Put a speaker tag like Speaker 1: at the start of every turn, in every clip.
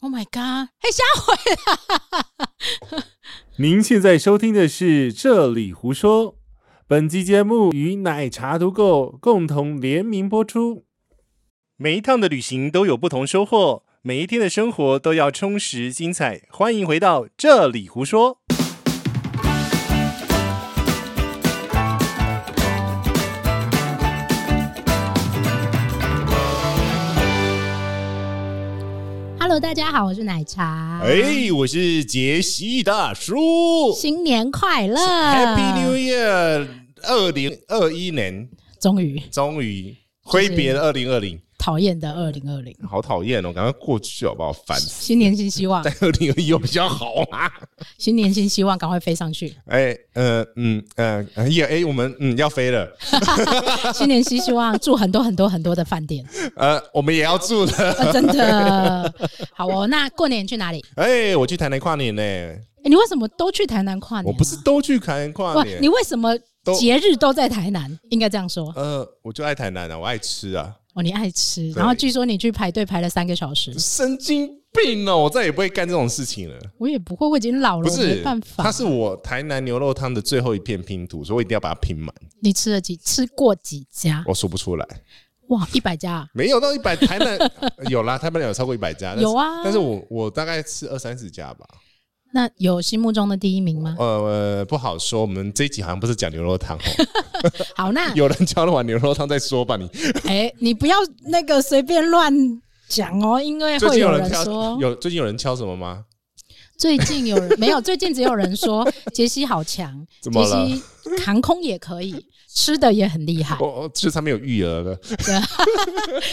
Speaker 1: Oh my god！嘿，下回啦！
Speaker 2: 您现在收听的是《这里胡说》，本期节目与奶茶独购共同联名播出。每一趟的旅行都有不同收获，每一天的生活都要充实精彩。欢迎回到《这里胡说》。
Speaker 1: Hello，大家好，我是奶茶。
Speaker 3: 哎，我是杰西大叔
Speaker 1: 新年快乐
Speaker 3: ，Happy New Year！二零二一年
Speaker 1: 终于
Speaker 3: 终于挥别了二零二零，
Speaker 1: 讨厌的二零二零，
Speaker 3: 好讨厌哦！赶快过去好不好？烦死！
Speaker 1: 新年新希望，
Speaker 3: 在二零二一比较好啊。
Speaker 1: 新年新希望，赶快飞上 去。
Speaker 3: 哎，呃，嗯，呃，哎呀，哎，我们嗯要飞了，
Speaker 1: 新年新希望，住很多很多很多的饭店，
Speaker 3: 呃，我们也要住了。
Speaker 1: 呃真的好哦。那过年去哪里？
Speaker 3: 哎，我去台南跨年呢，
Speaker 1: 诶你为什么都去台南跨年啊、
Speaker 3: 我不是都去台南跨
Speaker 1: 哇，
Speaker 3: 年
Speaker 1: 你，为什么
Speaker 3: 都
Speaker 1: 节日都在台南？应该这样说
Speaker 3: 呃，我就爱台南啊，我爱吃啊，
Speaker 1: 哦。你爱吃，然后据说你去排队排了三个小时，
Speaker 3: 神经病哦！我再也不会干这种事情了。
Speaker 1: 我也不会，我已经老了，
Speaker 3: 不
Speaker 1: 我
Speaker 3: 是
Speaker 1: 没办，法。
Speaker 3: 它是我台南牛肉汤的最后一片拼图，所以我一定要把它拼满。
Speaker 1: 你吃了几吃过几家？
Speaker 3: 我说不出来，
Speaker 1: 哇，一百家啊，
Speaker 3: 没有到一 百，台南有啦，台南有超过一百家，但是
Speaker 1: 有啊
Speaker 3: 但是我我大概吃二三十家吧，
Speaker 1: 那有心目中的第一名吗？
Speaker 3: 呃，不好说。我们这一集好像不是讲牛肉汤 哦，
Speaker 1: 好，那
Speaker 3: 有人教了碗牛肉汤再说 吧。你
Speaker 1: 哎、你不要那个随便乱讲哦，因为
Speaker 3: 最
Speaker 1: 会
Speaker 3: 近有
Speaker 1: 人
Speaker 3: 敲
Speaker 1: 说
Speaker 3: 有最近有人敲什么吗？
Speaker 1: 最近有人没有，最近只有人说杰西好强，
Speaker 3: 怎么
Speaker 1: 杰
Speaker 3: 了哦
Speaker 1: 西航空也可以，吃的也很厉害，
Speaker 3: 我我这上面有育儿的，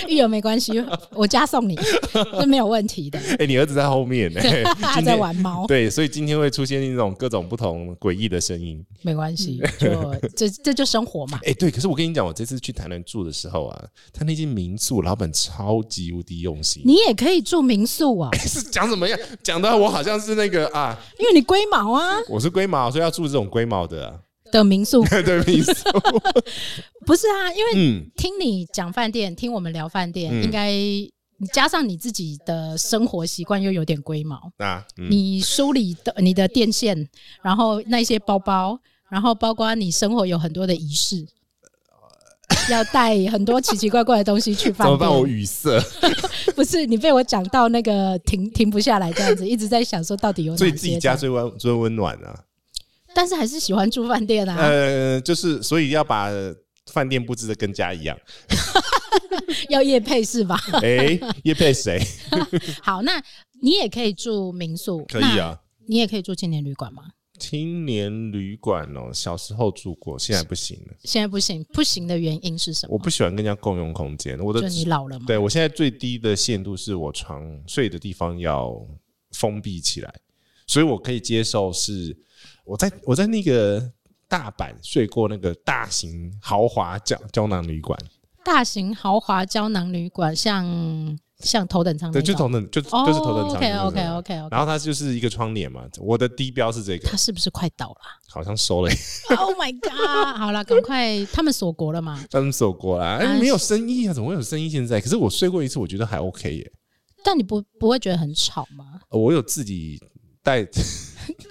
Speaker 1: 育儿没关系，我家送 你，这没有问题的。
Speaker 3: 哎、你儿子在 后面呢、欸，
Speaker 1: 他
Speaker 3: 今
Speaker 1: 在
Speaker 3: 天
Speaker 1: 玩猫，
Speaker 3: 对，所以今天会出现那种各种不同诡异的声音。
Speaker 1: 没关系，就这这就生活嘛。
Speaker 3: 哎、对，可是我跟你讲，我这次去台南住的时候啊，他那间民宿老板超级无敌用心。
Speaker 1: 你也可以住民宿啊，
Speaker 3: 是讲怎么样？讲的我好像是那个啊，
Speaker 1: 因为你龟毛啊
Speaker 3: 我是龟毛，所以要住这种龟毛的、啊。
Speaker 1: 的民宿
Speaker 3: 对，民宿。
Speaker 1: 不是啊，因为
Speaker 3: 嗯，
Speaker 1: 听你讲饭店，听我们聊饭店，
Speaker 3: 嗯
Speaker 1: 应该你加上你自己的生活习惯又有点龟毛，
Speaker 3: 啊，嗯，
Speaker 1: 你梳理的你的电线，然后那些包包，然后包括你生活有很多的仪 式。要带很多奇奇怪怪的东西去
Speaker 3: 怎
Speaker 1: 饭
Speaker 3: 么
Speaker 1: 店，
Speaker 3: 办？我语塞。
Speaker 1: 不是你被我讲到那个停停不下来这样子，一直在想说到底有哪
Speaker 3: 所
Speaker 1: 些
Speaker 3: 以
Speaker 1: 这样。
Speaker 3: 自己 家最温最温暖啊。
Speaker 1: 但是还是喜欢住饭店啊，
Speaker 3: 呃，就是所以要把饭店布置的跟家一 样。
Speaker 1: 要夜配是吧？
Speaker 3: 哎、叶配谁？
Speaker 1: 好，那你也可以住民宿，
Speaker 3: 可以，啊。
Speaker 1: 你也可以住青年旅馆吗？
Speaker 3: 青年旅馆哦，小时候住过，现在不行了。
Speaker 1: 现在不行，不行的原因是什么？
Speaker 3: 我不喜欢跟人家共用空间，我的
Speaker 1: 就你老了嘛，
Speaker 3: 对我现在最低的限度是我床睡的地方要封闭起来，所以我可以接受是我在我在那个大阪睡过那个大型豪华胶胶囊旅馆，
Speaker 1: 大型豪华胶囊旅馆，像像头等舱那
Speaker 3: 对，
Speaker 1: 种，
Speaker 3: 就头等就
Speaker 1: 哦，
Speaker 3: 就是头等舱
Speaker 1: OK
Speaker 3: 那
Speaker 1: OK
Speaker 3: 种。
Speaker 1: OK OK，
Speaker 3: 然后它就是一个窗帘嘛，我的低标是这个
Speaker 1: 他，是不是快倒了
Speaker 3: 好像收了，
Speaker 1: ？Oh my god！好了，赶快，他们锁国了嘛？
Speaker 3: 他们收过啦，
Speaker 1: 啊
Speaker 3: 哎，没有生意啊，怎么会有生意？现在可是我睡过一次，我觉得还 OK 耶，
Speaker 1: 但你不不会觉得很吵吗？
Speaker 3: 呃我有自己带，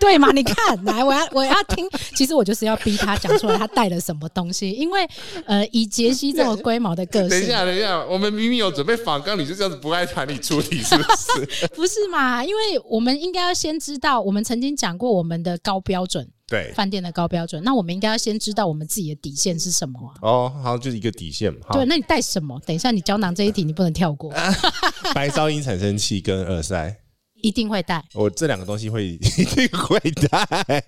Speaker 1: 对嘛？你看，来，我要我要听。其实我就是要逼他讲出来，他带了什么东西。因为呃，以杰西这么龟毛的个
Speaker 3: 等一
Speaker 1: 性，
Speaker 3: 下，等一下，我们明明有准备访纲，你就这样子不爱团里出题是不是？
Speaker 1: 不是嘛？因为我们应该要先知道，我们曾经讲过我们的高标准，
Speaker 3: 对，
Speaker 1: 饭店的高标准。那我们应该要先知道我们自己的底线是什么啊？
Speaker 3: 哦，好，啊就是一个底线嘛。
Speaker 1: 对，那你带什么？等一下，你胶囊这一题你不能跳过，
Speaker 3: 好，白噪音产生器跟耳塞，
Speaker 1: 一定会带，
Speaker 3: 我这两个东西会 一定会带。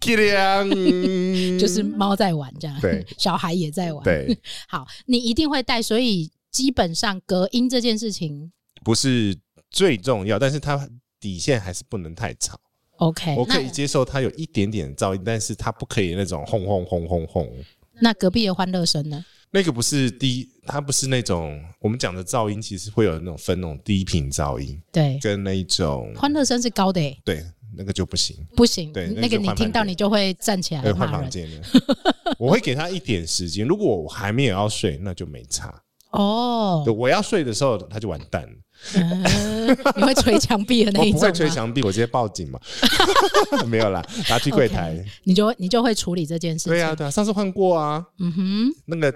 Speaker 3: k i l
Speaker 1: 就是猫在玩这样，
Speaker 3: 嗯对，
Speaker 1: 小孩也在玩。
Speaker 3: 对，
Speaker 1: 好，你一定会带，所以基本上隔音这件事情
Speaker 3: 不是最重要，但是它底线还是不能太吵。
Speaker 1: ，OK
Speaker 3: 我可以
Speaker 1: 哎那
Speaker 3: 接受它有一点点噪音，但是它不可以那种轰轰轰轰轰。
Speaker 1: 那隔壁的欢乐声呢？
Speaker 3: 那个不是低，它不是那种我们讲的噪音，其实会有那种分那种低频噪音
Speaker 1: 对，
Speaker 3: 跟那一种
Speaker 1: 欢乐声是高的、欸，
Speaker 3: 对，那个就不行。
Speaker 1: 不行，
Speaker 3: 对
Speaker 1: 那
Speaker 3: 那
Speaker 1: 个
Speaker 3: 就
Speaker 1: 你
Speaker 3: 换
Speaker 1: 听到
Speaker 3: 饭店
Speaker 1: 你就会站起来
Speaker 3: 要换
Speaker 1: 骂
Speaker 3: 房
Speaker 1: 人。
Speaker 3: 间 了。我会给他一点时间，如果我还没有要睡，那就没差。
Speaker 1: 哦
Speaker 3: 对，，我要睡的时候他就完蛋了。
Speaker 1: 嗯 你会捶墙壁的那
Speaker 3: 我
Speaker 1: 一
Speaker 3: 不
Speaker 1: 种吗？
Speaker 3: 会捶墙壁，我直接报警嘛。 没有啦，拿去柜台。
Speaker 1: 你就你就会处理这件事情。
Speaker 3: 对啊，，对啊，上次换过啊，
Speaker 1: 嗯哼，
Speaker 3: 那个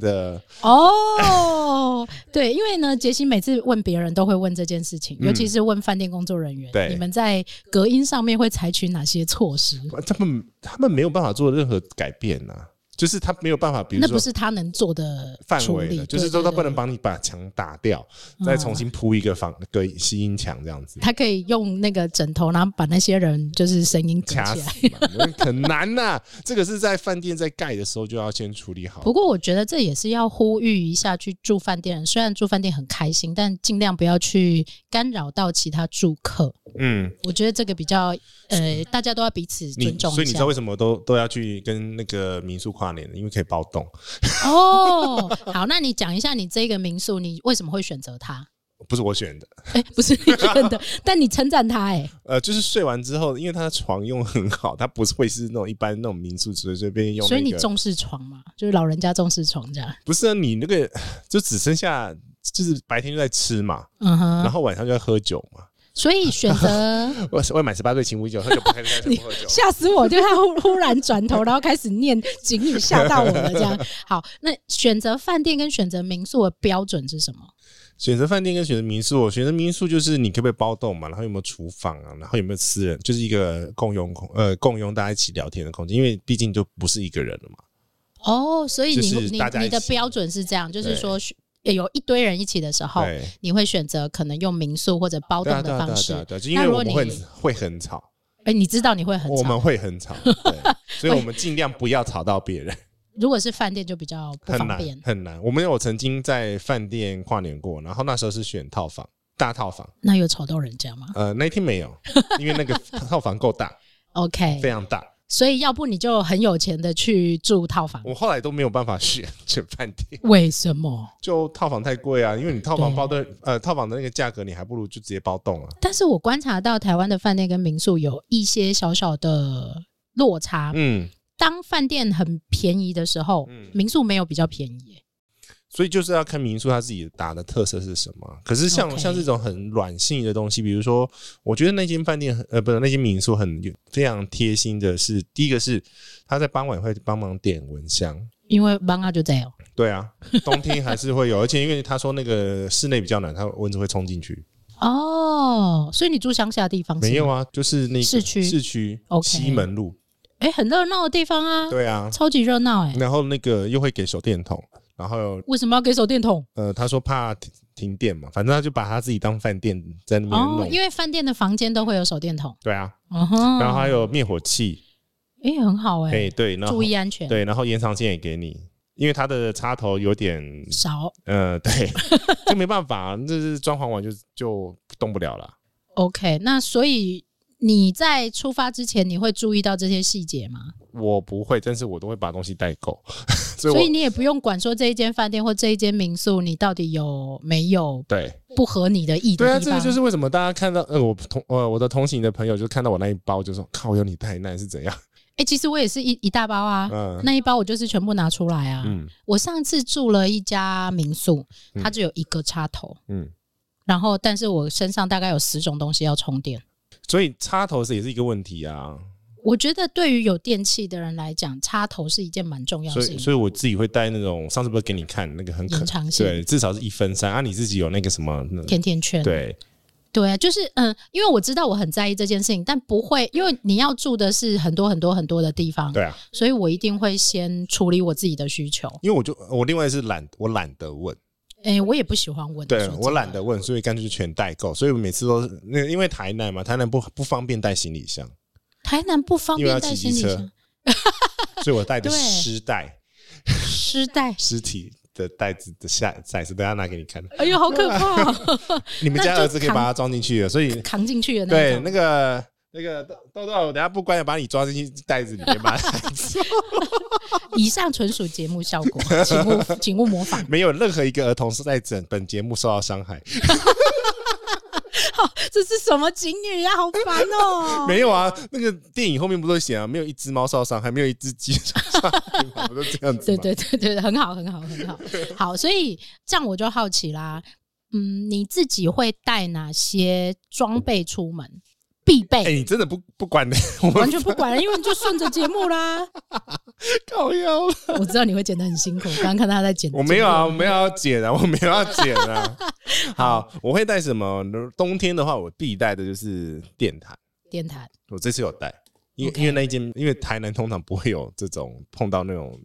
Speaker 3: 的
Speaker 1: 哦， 对，因为呢，杰西每次问别人都会问这件事情，
Speaker 3: 嗯
Speaker 1: 尤其是问饭店工作人员，
Speaker 3: 对
Speaker 1: 你们在隔音上面会采取哪些措施？
Speaker 3: 他们他们没有办法做任何改变呐、就是他没有办法，比如
Speaker 1: 那
Speaker 3: 说
Speaker 1: 不是他能做的
Speaker 3: 范
Speaker 1: 处
Speaker 3: 围
Speaker 1: 理
Speaker 3: 了，就是
Speaker 1: 对
Speaker 3: 说
Speaker 1: 对
Speaker 3: 他不
Speaker 1: 对嗯
Speaker 3: 能帮你把墙打掉，再重新铺一个房隔吸音墙这样子，
Speaker 1: 他可以用那个枕头，然后把那些人就是声音隔
Speaker 3: 掐
Speaker 1: 起来。
Speaker 3: 死嘛， 很难呐、这个是在饭店在盖的时候就要先处理好
Speaker 1: 不。过我觉得这也是要呼吁一下去住饭店人，虽然住饭店很开心，但尽量不要去干扰到其他住客。
Speaker 3: 嗯，
Speaker 1: 我觉得这个比较呃，大家都要彼此
Speaker 3: 你
Speaker 1: 尊重一下。
Speaker 3: 所以你知道为什么都都要去跟那个民宿跨年，因为可以包栋。
Speaker 1: 哦，好，那你讲一下你这个民宿，你为什么会选择它？
Speaker 3: 不是我选的，
Speaker 1: 哎、不是你选 的，但你称赞它、哎，
Speaker 3: 呃，就是睡完之后，因为它的床用很好，它不会是那种一般那种民宿随随便便用、那个。
Speaker 1: 所以你重视床嘛，就是老人家重视床这样。
Speaker 3: 不是啊，你那个就只剩下就是白天就在吃嘛，
Speaker 1: 嗯
Speaker 3: 然
Speaker 1: 哼，
Speaker 3: 后晚上就在喝酒嘛。
Speaker 1: 所以选 择
Speaker 3: 我我也满十八岁请勿饮酒，喝酒不开车，不喝酒。
Speaker 1: 吓死我！就他忽忽然转头，然后开始念警语，吓到我了。这样好，那选择饭店跟选择民宿的标准是什么？
Speaker 3: 选择饭店跟选择民宿，哦选择民宿就是你可不可以包栋嘛，然后有没有厨房啊，然后有没有私人，就是一个共用空呃共用大家一起聊天的空间，因为毕竟就不是一个人了嘛。
Speaker 1: 哦，所以你、
Speaker 3: 就是
Speaker 1: 你
Speaker 3: 大家一起
Speaker 1: 你的标准是这样，就是
Speaker 3: 对
Speaker 1: 说选有一堆人一起的时候，
Speaker 3: 对，
Speaker 1: 你会选择可能用民宿或者包
Speaker 3: 对啊
Speaker 1: 栋哦
Speaker 3: 对
Speaker 1: 的
Speaker 3: 啊对
Speaker 1: 方
Speaker 3: 啊
Speaker 1: 式
Speaker 3: 对啊。对啊，就因
Speaker 1: 那
Speaker 3: 为
Speaker 1: 如果
Speaker 3: 我们会
Speaker 1: 你
Speaker 3: 很会很吵，
Speaker 1: 哎、你知道你会很
Speaker 3: 我
Speaker 1: 吵。
Speaker 3: 们会很吵， 对，所以我们尽量不要吵到别人。
Speaker 1: 如果是饭店就比较不
Speaker 3: 很
Speaker 1: 方
Speaker 3: 难
Speaker 1: 便，
Speaker 3: 很难。我们有曾经在饭店跨年过，然后那时候是选套房，大套房。
Speaker 1: 那有吵到人家吗
Speaker 3: 呃，那一天没有，因为 那个套房够大，
Speaker 1: ？OK，
Speaker 3: 非常大。
Speaker 1: 所以要不你就很有钱的去住套房，
Speaker 3: 我后来都没有办法 选选饭店，
Speaker 1: 为什么？
Speaker 3: 就套房太贵啊。因为你套房
Speaker 1: 对
Speaker 3: 包的呃套房的那个价格，你还不如就直接包栋啊。
Speaker 1: 但是我观察到台湾的饭店跟民宿有一些小小的落差。
Speaker 3: 嗯，
Speaker 1: 当饭店很便宜的时候，
Speaker 3: 嗯
Speaker 1: 民宿没有比较便宜耶、
Speaker 3: 所以就是要看民宿它自己打的特色是什么。啊可是像
Speaker 1: OK
Speaker 3: 像这种很软性的东西，比如说，我觉得那间饭店很呃不是那间民宿很非常贴心的是，第一个是他在傍晚会帮忙点蚊香。
Speaker 1: 因为帮他就这样。
Speaker 3: 对啊，冬天还是会有，而 且因为他说那个室内比较难，它蚊子会冲进去。
Speaker 1: 哦，所以你住乡下的地方是吗
Speaker 3: 没有？啊，就是那个
Speaker 1: 市区
Speaker 3: 市区
Speaker 1: OK
Speaker 3: 西门路。
Speaker 1: 哎、很热闹的地方啊，
Speaker 3: 对啊，
Speaker 1: 超级热闹哎。
Speaker 3: 然后那个又会给手电筒，然后
Speaker 1: 为什么要给手电筒？
Speaker 3: 呃，他说怕停停电嘛，反正他就把他自己当饭店在那边
Speaker 1: 哦，
Speaker 3: 弄。
Speaker 1: 因为饭店的房间都会有手电筒。
Speaker 3: 对啊，
Speaker 1: 嗯哼，
Speaker 3: 然后还有灭火器，
Speaker 1: 哎、很好哎、
Speaker 3: 哎对，然后
Speaker 1: 注意安全。
Speaker 3: 对，然后延长线也给你，因为它的插头有点
Speaker 1: 少
Speaker 3: 呃， 对，就没办法，就是装潢完就就动不了了。
Speaker 1: OK，那所以你在出发之前，你会注意到这些细节吗？
Speaker 3: 我不会，但是我都会把东西带够， 所
Speaker 1: 所
Speaker 3: 以我
Speaker 1: 以你也不用管说这一间饭店或这一间民宿，你到底有没有
Speaker 3: 对
Speaker 1: 不合你的意的
Speaker 3: 对啊，
Speaker 1: 地
Speaker 3: 这
Speaker 1: 方。
Speaker 3: 个就是为什么大家看到呃我同呃我的同行的朋友就看到我那一包就说靠有你太难是怎样？
Speaker 1: 哎、其实我也是一一大包啊。
Speaker 3: 嗯
Speaker 1: 那一包我就是全部拿出来啊！
Speaker 3: 嗯
Speaker 1: 我上次住了一家民宿，
Speaker 3: 嗯
Speaker 1: 它只有一个插头，
Speaker 3: 嗯，
Speaker 1: 然后但是我身上大概有十种东西要充电。
Speaker 3: 所以插头是也是一个问题啊，
Speaker 1: 我觉得对于有电器的人来讲，插头是一件蛮重要
Speaker 3: 所
Speaker 1: 的
Speaker 3: 以
Speaker 1: 事情。
Speaker 3: 所以我自己会带那种上次不是给你看那个很可
Speaker 1: 延长线
Speaker 3: 对，至少是一分三啊，你自己有那个什么那
Speaker 1: 甜甜圈，
Speaker 3: 对
Speaker 1: 对啊，就是嗯，因为我知道我很在意这件事情，但不会，因为你要住的是很多很多很多的地方，
Speaker 3: 对啊，
Speaker 1: 所以我一定会先处理我自己的需求。
Speaker 3: 因为我就我另外是懒我懒得问，
Speaker 1: 哎、我也不喜欢问，
Speaker 3: 对
Speaker 1: 说真的
Speaker 3: 我懒得问，所以干脆就全代购，所以我每次都是那因为台南嘛，台南不不方便带行李箱，
Speaker 1: 台南不方
Speaker 3: 因为要
Speaker 1: 便带
Speaker 3: 骑
Speaker 1: 行李
Speaker 3: 机车
Speaker 1: 箱，
Speaker 3: 所以我带的
Speaker 1: 对
Speaker 3: 湿袋。
Speaker 1: 湿 袋。
Speaker 3: 尸体的袋子的下袋子，等下拿给你看。
Speaker 1: 哎呦，好可怕、哦！
Speaker 3: 你们家
Speaker 1: 那就
Speaker 3: 儿子可以把它装进去的，所以
Speaker 1: 扛进去的那
Speaker 3: 对
Speaker 1: 种。
Speaker 3: 那个那个豆豆豆，我等下不乖，把你抓进去袋子里面吧。
Speaker 1: 以上纯属节目效果，请勿请勿模仿。
Speaker 3: 没有任何一个儿童是在整本节目受到伤害，
Speaker 1: 这是什么警语啊？好烦 哦！
Speaker 3: 没有啊。那个电影后面不都写啊，没有一只猫受到伤害，没有一只鸡受到伤害嘛，不都这样子
Speaker 1: 对
Speaker 3: 吗？
Speaker 1: 对对对，很好，很好，很好。好，所以这样我就好奇啦。嗯，你自己会带哪些装备出门？必备，
Speaker 3: 哎，你真的不不管的， 我
Speaker 1: 完全不管了，因为你就顺着节目啦。
Speaker 3: 靠腰了。
Speaker 1: 我知道你会剪得很辛苦，我刚刚看他在剪，
Speaker 3: 我没有啊，我
Speaker 1: 剪
Speaker 3: 没有要剪啊，我没有要剪啊。 好，我会带什么？冬天的话，我必带的就是电毯。
Speaker 1: 电台，
Speaker 3: 我这次有带，因为
Speaker 1: OK
Speaker 3: 因为那一间，因为台南通常不会有这种碰到那种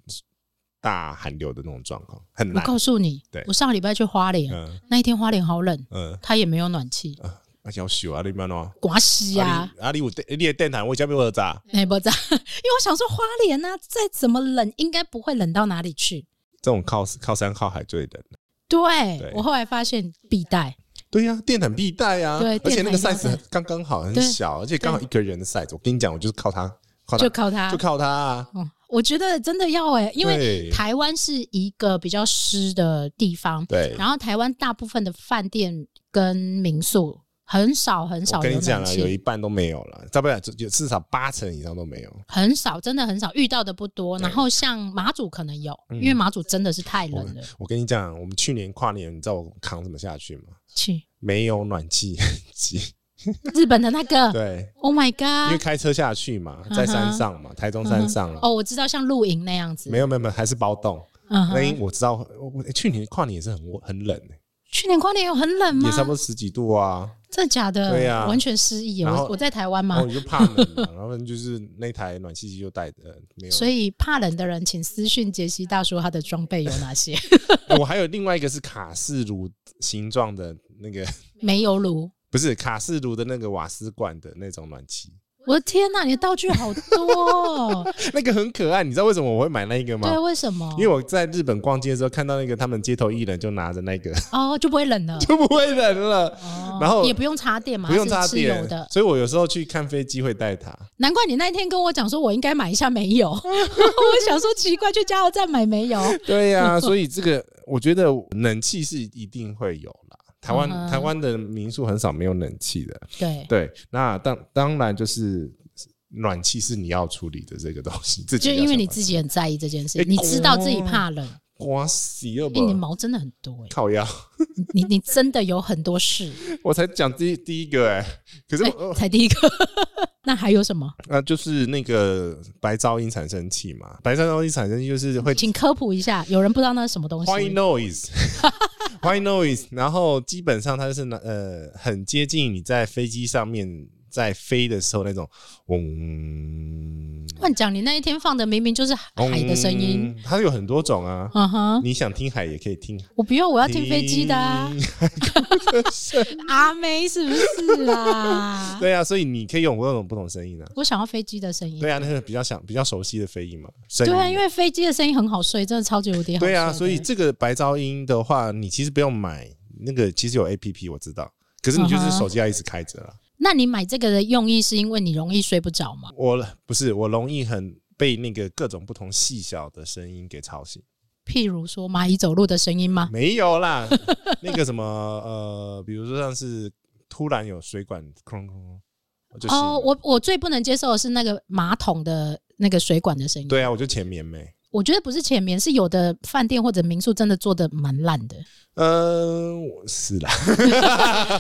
Speaker 3: 大寒流的那种状况，很
Speaker 1: 我
Speaker 3: 难。
Speaker 1: 告诉你
Speaker 3: 对，
Speaker 1: 我上个礼拜去花莲，
Speaker 3: 嗯
Speaker 1: 那一天花莲好冷，
Speaker 3: 嗯，
Speaker 1: 它也没有暖气，
Speaker 3: 啊，要修啊，你不要弄啊。
Speaker 1: 刮西啊。
Speaker 3: 啊，你有电你的电毯，我家没有啊炸。
Speaker 1: 哎，不知道， 因为我想说花莲呢、再怎么冷，应该不会冷到哪里去。
Speaker 3: 这种靠靠山靠海最冷。
Speaker 1: 对
Speaker 3: 对
Speaker 1: 我后来发现必带，
Speaker 3: 对呀、电毯必带啊，
Speaker 1: 对
Speaker 3: 而且那个
Speaker 1: 电毯必
Speaker 3: size
Speaker 1: 带
Speaker 3: 很刚刚好，很
Speaker 1: 对
Speaker 3: 小，而且刚好一个人的 size。我跟你讲，我就是靠它，靠它，
Speaker 1: 就靠它
Speaker 3: 就。靠它啊。
Speaker 1: 嗯，我觉得真的要哎、因为
Speaker 3: 对
Speaker 1: 台湾是一个比较湿的地方，
Speaker 3: 对，
Speaker 1: 然后台湾大部分的饭店跟民宿很少很
Speaker 3: 我
Speaker 1: 少
Speaker 3: 跟
Speaker 1: 有
Speaker 3: 你讲啊
Speaker 1: 暖
Speaker 3: 了，有一
Speaker 1: 气，
Speaker 3: 半都没有了，差不多有至少八成以上都没有。
Speaker 1: 很少真的很少遇到的不多。
Speaker 3: 对嗯
Speaker 1: 然后像马祖可能有，因为马祖真的是太冷了，
Speaker 3: 我跟你讲，啊我们去年跨年，你知道我扛什么下去吗？
Speaker 1: 去
Speaker 3: 没有暖气 机，
Speaker 1: 日本的那个
Speaker 3: 对，
Speaker 1: ，Oh my
Speaker 3: 因为
Speaker 1: God！
Speaker 3: 开车下去嘛，在山上嘛，台中山上了。
Speaker 1: 嗯哦，我知道像露营那样子，
Speaker 3: 没有没有没有，还是包栋。
Speaker 1: 嗯
Speaker 3: 那因为
Speaker 1: 哼，
Speaker 3: 我知道，我我去年跨年也是很很冷、欸，
Speaker 1: 去年跨年有很冷吗
Speaker 3: 也？差不多十几度啊。
Speaker 1: 真的假的？
Speaker 3: 对啊
Speaker 1: 完全失忆。
Speaker 3: 然后
Speaker 1: 我我在台湾
Speaker 3: 然
Speaker 1: 嘛
Speaker 3: 后，哦你就怕冷嘛，然后就是那台暖气机就带呃没有。
Speaker 1: 所以怕冷的人请私讯杰西大叔他的装备有哪些？
Speaker 3: 哎我还有另外一个是卡式炉形状的那个，
Speaker 1: 煤油炉。
Speaker 3: 不是卡式炉的那个瓦斯罐的那种暖气，
Speaker 1: 我的天呐，你的道具好多、 哦！
Speaker 3: 那个很可爱。你知道为什么我会买那一个吗
Speaker 1: 对，？哦为什么？
Speaker 3: 因为我在日本逛街的时候看到那个他们街头艺人就拿着那 个
Speaker 1: 哦，就不会冷了，
Speaker 3: 就不会冷了，
Speaker 1: 哦
Speaker 3: 然后
Speaker 1: 也不用插电嘛，
Speaker 3: 不用
Speaker 1: 它
Speaker 3: 插
Speaker 1: 是自
Speaker 3: 电
Speaker 1: 由的，。
Speaker 3: 所以我有时候去看飞机会带它。
Speaker 1: 难怪你那天跟我讲说，我应该买一下煤 油。我想说奇怪，去加油站买煤油。
Speaker 3: 对呀、所以这个我觉得冷气是一定会有啦。台湾、
Speaker 1: 嗯哼
Speaker 3: 台湾的民宿很少没有冷气的，
Speaker 1: 对，
Speaker 3: 对，那当当然就是暖气是你要处理的这个东西，自己
Speaker 1: 就因为你
Speaker 3: 己
Speaker 1: 自己很在意这件事，
Speaker 3: 哎哦
Speaker 1: 你知道自己怕冷，
Speaker 3: 哇死了吧
Speaker 1: 哎、，你毛真的很多哎、
Speaker 3: 靠腰，
Speaker 1: 你你真的有很多事，
Speaker 3: 我才讲第第一个哎、可是
Speaker 1: 哎
Speaker 3: 我、
Speaker 1: 才第一个。 那还有什么？
Speaker 3: 那就是那个白噪音产生器嘛，白噪音产生器就是会
Speaker 1: 请科普一下，有人不知道那是什么东西。
Speaker 3: white noise。White noise，然后基本上它就是拿呃，很接近你在飞机上面在飞的时候那种嗡
Speaker 1: 乱讲，你那一天放的明明就是海的声音。
Speaker 3: 嗡它有很多种啊。
Speaker 1: 嗯哼，
Speaker 3: 你想听海也可以听，
Speaker 1: 我不用，我要听飞机的啊、
Speaker 3: 听。
Speaker 1: 阿妹是不是 啊？
Speaker 3: 对啊，所以你可以用各种不同声音啊。
Speaker 1: 我想要飞机的声音。
Speaker 3: 对啊，那个比较想比较熟悉的飞音嘛，声音
Speaker 1: 对啊，因为飞机的声音很好睡，真的超级无敌好睡的。
Speaker 3: 对啊，所以这个白噪音的话，你其实不用买那个，其实有 A P P 我知道，可是你就
Speaker 1: 嗯
Speaker 3: 是
Speaker 1: 哼
Speaker 3: 手机要一直开着啊啦。
Speaker 1: 那你买这个的用意是因为你容易睡不着吗？
Speaker 3: 我不是我容易很被那个各种不同细小的声音给吵醒，
Speaker 1: 譬如说蚂蚁走路的声音吗？
Speaker 3: 没 有啦，那个什么呃，比如说像是突然有水管哐哐哐，我就醒了
Speaker 1: 哦，我我最不能接受的是那个马桶的那个水管的声音。
Speaker 3: 对啊，我就前棉没。
Speaker 1: 我觉得不是前面，是有的饭店或者民宿真的做的蛮烂的，
Speaker 3: 嗯、我是啦，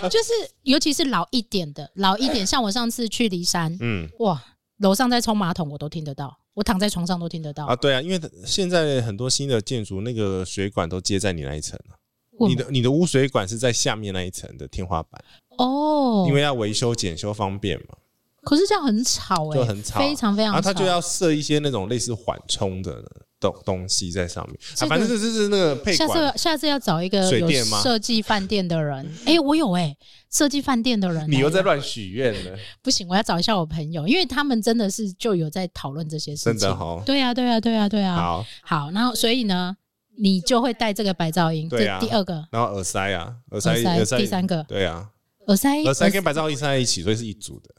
Speaker 1: 就是尤其是老一点的，老一点，像我上次去骊山，
Speaker 3: 嗯
Speaker 1: 哇，楼上在冲马桶我都听得到，我躺在床上都听得到。
Speaker 3: 啊，对啊，因为现在很多新的建筑，那个水管都接在你那一层啊
Speaker 1: 问
Speaker 3: 你的你的污水管是在下面那一层的天花板，
Speaker 1: 哦，
Speaker 3: 因为要维修检修方便嘛，
Speaker 1: 可是这样很吵哎、
Speaker 3: 就很吵
Speaker 1: 非常非常
Speaker 3: 然
Speaker 1: 吵。
Speaker 3: 后它就要设一些那种类似缓冲的东东西在上面啊
Speaker 1: 这，个
Speaker 3: 反正这就是那个配
Speaker 1: 下次
Speaker 3: 管。
Speaker 1: 下次要找一个
Speaker 3: 水
Speaker 1: 有
Speaker 3: 电吗
Speaker 1: 设计饭店的人。哎、我有哎、设计饭店的人、
Speaker 3: 你又在
Speaker 1: 哎
Speaker 3: 乱许愿了，
Speaker 1: 不行，我要找一下我朋友，因为他们真的是就有在讨论这些事情。
Speaker 3: 真的哈。
Speaker 1: 对啊，对啊，对啊，对啊。
Speaker 3: 好，
Speaker 1: 好，然后所以呢，你就会带这个白噪音。
Speaker 3: 对啊
Speaker 1: 这第二个
Speaker 3: 然后耳塞啊，耳塞，
Speaker 1: 耳
Speaker 3: 耳
Speaker 1: 塞，第三个哎
Speaker 3: 对啊，
Speaker 1: 耳塞，
Speaker 3: 耳塞跟白噪音塞在一起，所以是一组的。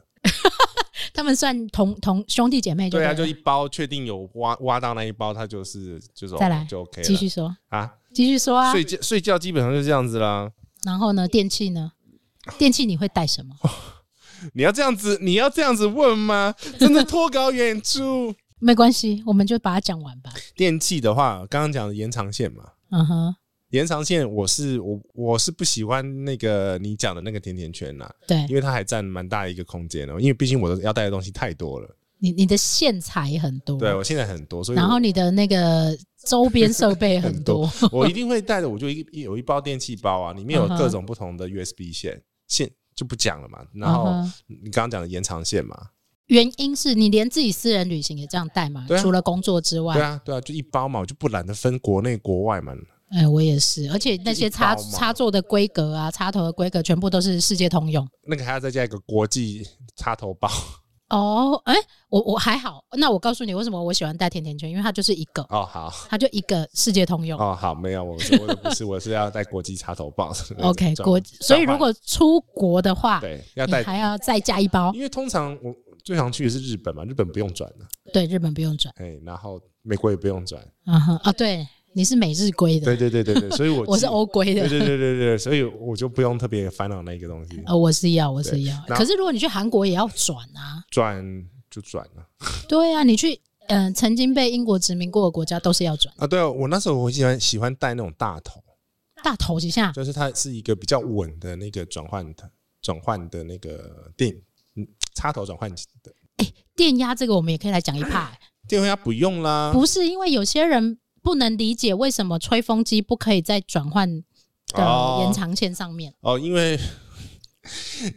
Speaker 1: 他们算同同兄弟姐妹就
Speaker 3: 对啊，
Speaker 1: 了
Speaker 3: 就一包，确定有挖挖到那一包，它就是就是
Speaker 1: 再来
Speaker 3: 就 OK
Speaker 1: 继
Speaker 3: 了
Speaker 1: 续说，
Speaker 3: 啊。
Speaker 1: 继续说啊。
Speaker 3: 睡觉睡觉基本上就这样子啦。
Speaker 1: 然后呢，电器呢？电器你会带 什么？
Speaker 3: 你要这样子，你要这样子 问吗？真的脱稿演出。
Speaker 1: 没关系，我们就把它讲完吧。
Speaker 3: 电器的话，刚刚讲的延长线嘛，
Speaker 1: 嗯哼，
Speaker 3: 延长线我是我我是不喜欢那个你讲的那个甜甜圈啦，
Speaker 1: 对
Speaker 3: 因为它还占蛮大一个空间哦、因为毕竟我的要带的东西太多了，
Speaker 1: 你你的线材很多，
Speaker 3: 对我现在很多，所以
Speaker 1: 哦然后
Speaker 3: 我
Speaker 1: 你的那个周边设备很
Speaker 3: 很
Speaker 1: 多
Speaker 3: 多，我一定会带着，我就一一有一包电器包啊，里面有
Speaker 1: 嗯哼
Speaker 3: 各种不同的 USB 线线就不讲了嘛，然
Speaker 1: 嗯
Speaker 3: 后
Speaker 1: 哼
Speaker 3: 你刚刚讲的延长线嘛，
Speaker 1: 原因是你连自己私人旅行也这样带嘛？
Speaker 3: 对啊
Speaker 1: 除了工作之外，
Speaker 3: 对啊对啊，就一包嘛，我就不懒得分国内国外嘛，
Speaker 1: 哎，我也是，而且那些插
Speaker 3: 就一包嘛
Speaker 1: 插座的规格啊，插头的规格全部都是世界通用。
Speaker 3: 那个还要再加一个国际插头包
Speaker 1: 哦，哎，我我还好。那我告诉你，为什么我喜欢带甜甜圈，因为它就是一 个，
Speaker 3: 哦，好。
Speaker 1: 它就一个世界通用。
Speaker 3: 哦，好，没有，我是我的不是，我是要带国际插头棒。
Speaker 1: OK，
Speaker 3: 转
Speaker 1: 国，所以
Speaker 3: 转换
Speaker 1: 如果出国的话，
Speaker 3: 对要
Speaker 1: 你
Speaker 3: 带，
Speaker 1: 还要再加一包。
Speaker 3: 因为通常我最常去的是日本嘛，日本不用转的，
Speaker 1: 对，日本不用转。
Speaker 3: 哎，然后美国也不用转，
Speaker 1: 嗯哼，啊，对，你是美日规的，
Speaker 3: 对对对对对，所以我
Speaker 1: 我是
Speaker 3: 记
Speaker 1: 欧规
Speaker 3: 对
Speaker 1: 的。
Speaker 3: 对对对对，所以我就不用特别烦恼那个东西，
Speaker 1: 呃，我是要，我是
Speaker 3: 对
Speaker 1: 要。
Speaker 3: 然后
Speaker 1: 可是如果你去韩国也要转啊，
Speaker 3: 转就转了
Speaker 1: 对啊，你去嗯、呃曾经被英国殖民过的国家都是要转
Speaker 3: 啊。对啊，我那时候我喜欢喜欢带那种大头，
Speaker 1: 大头几下，
Speaker 3: 就是它是一个比较稳的那个转换的转换的那个电嗯插头转换器的
Speaker 1: 电压这个我们也可以来讲一趴、欸
Speaker 3: 电话不用啦，
Speaker 1: 不是因为有些人不能理解为什么吹风机不可以在转换的
Speaker 3: 哦
Speaker 1: 延长线上面，
Speaker 3: 哦，因为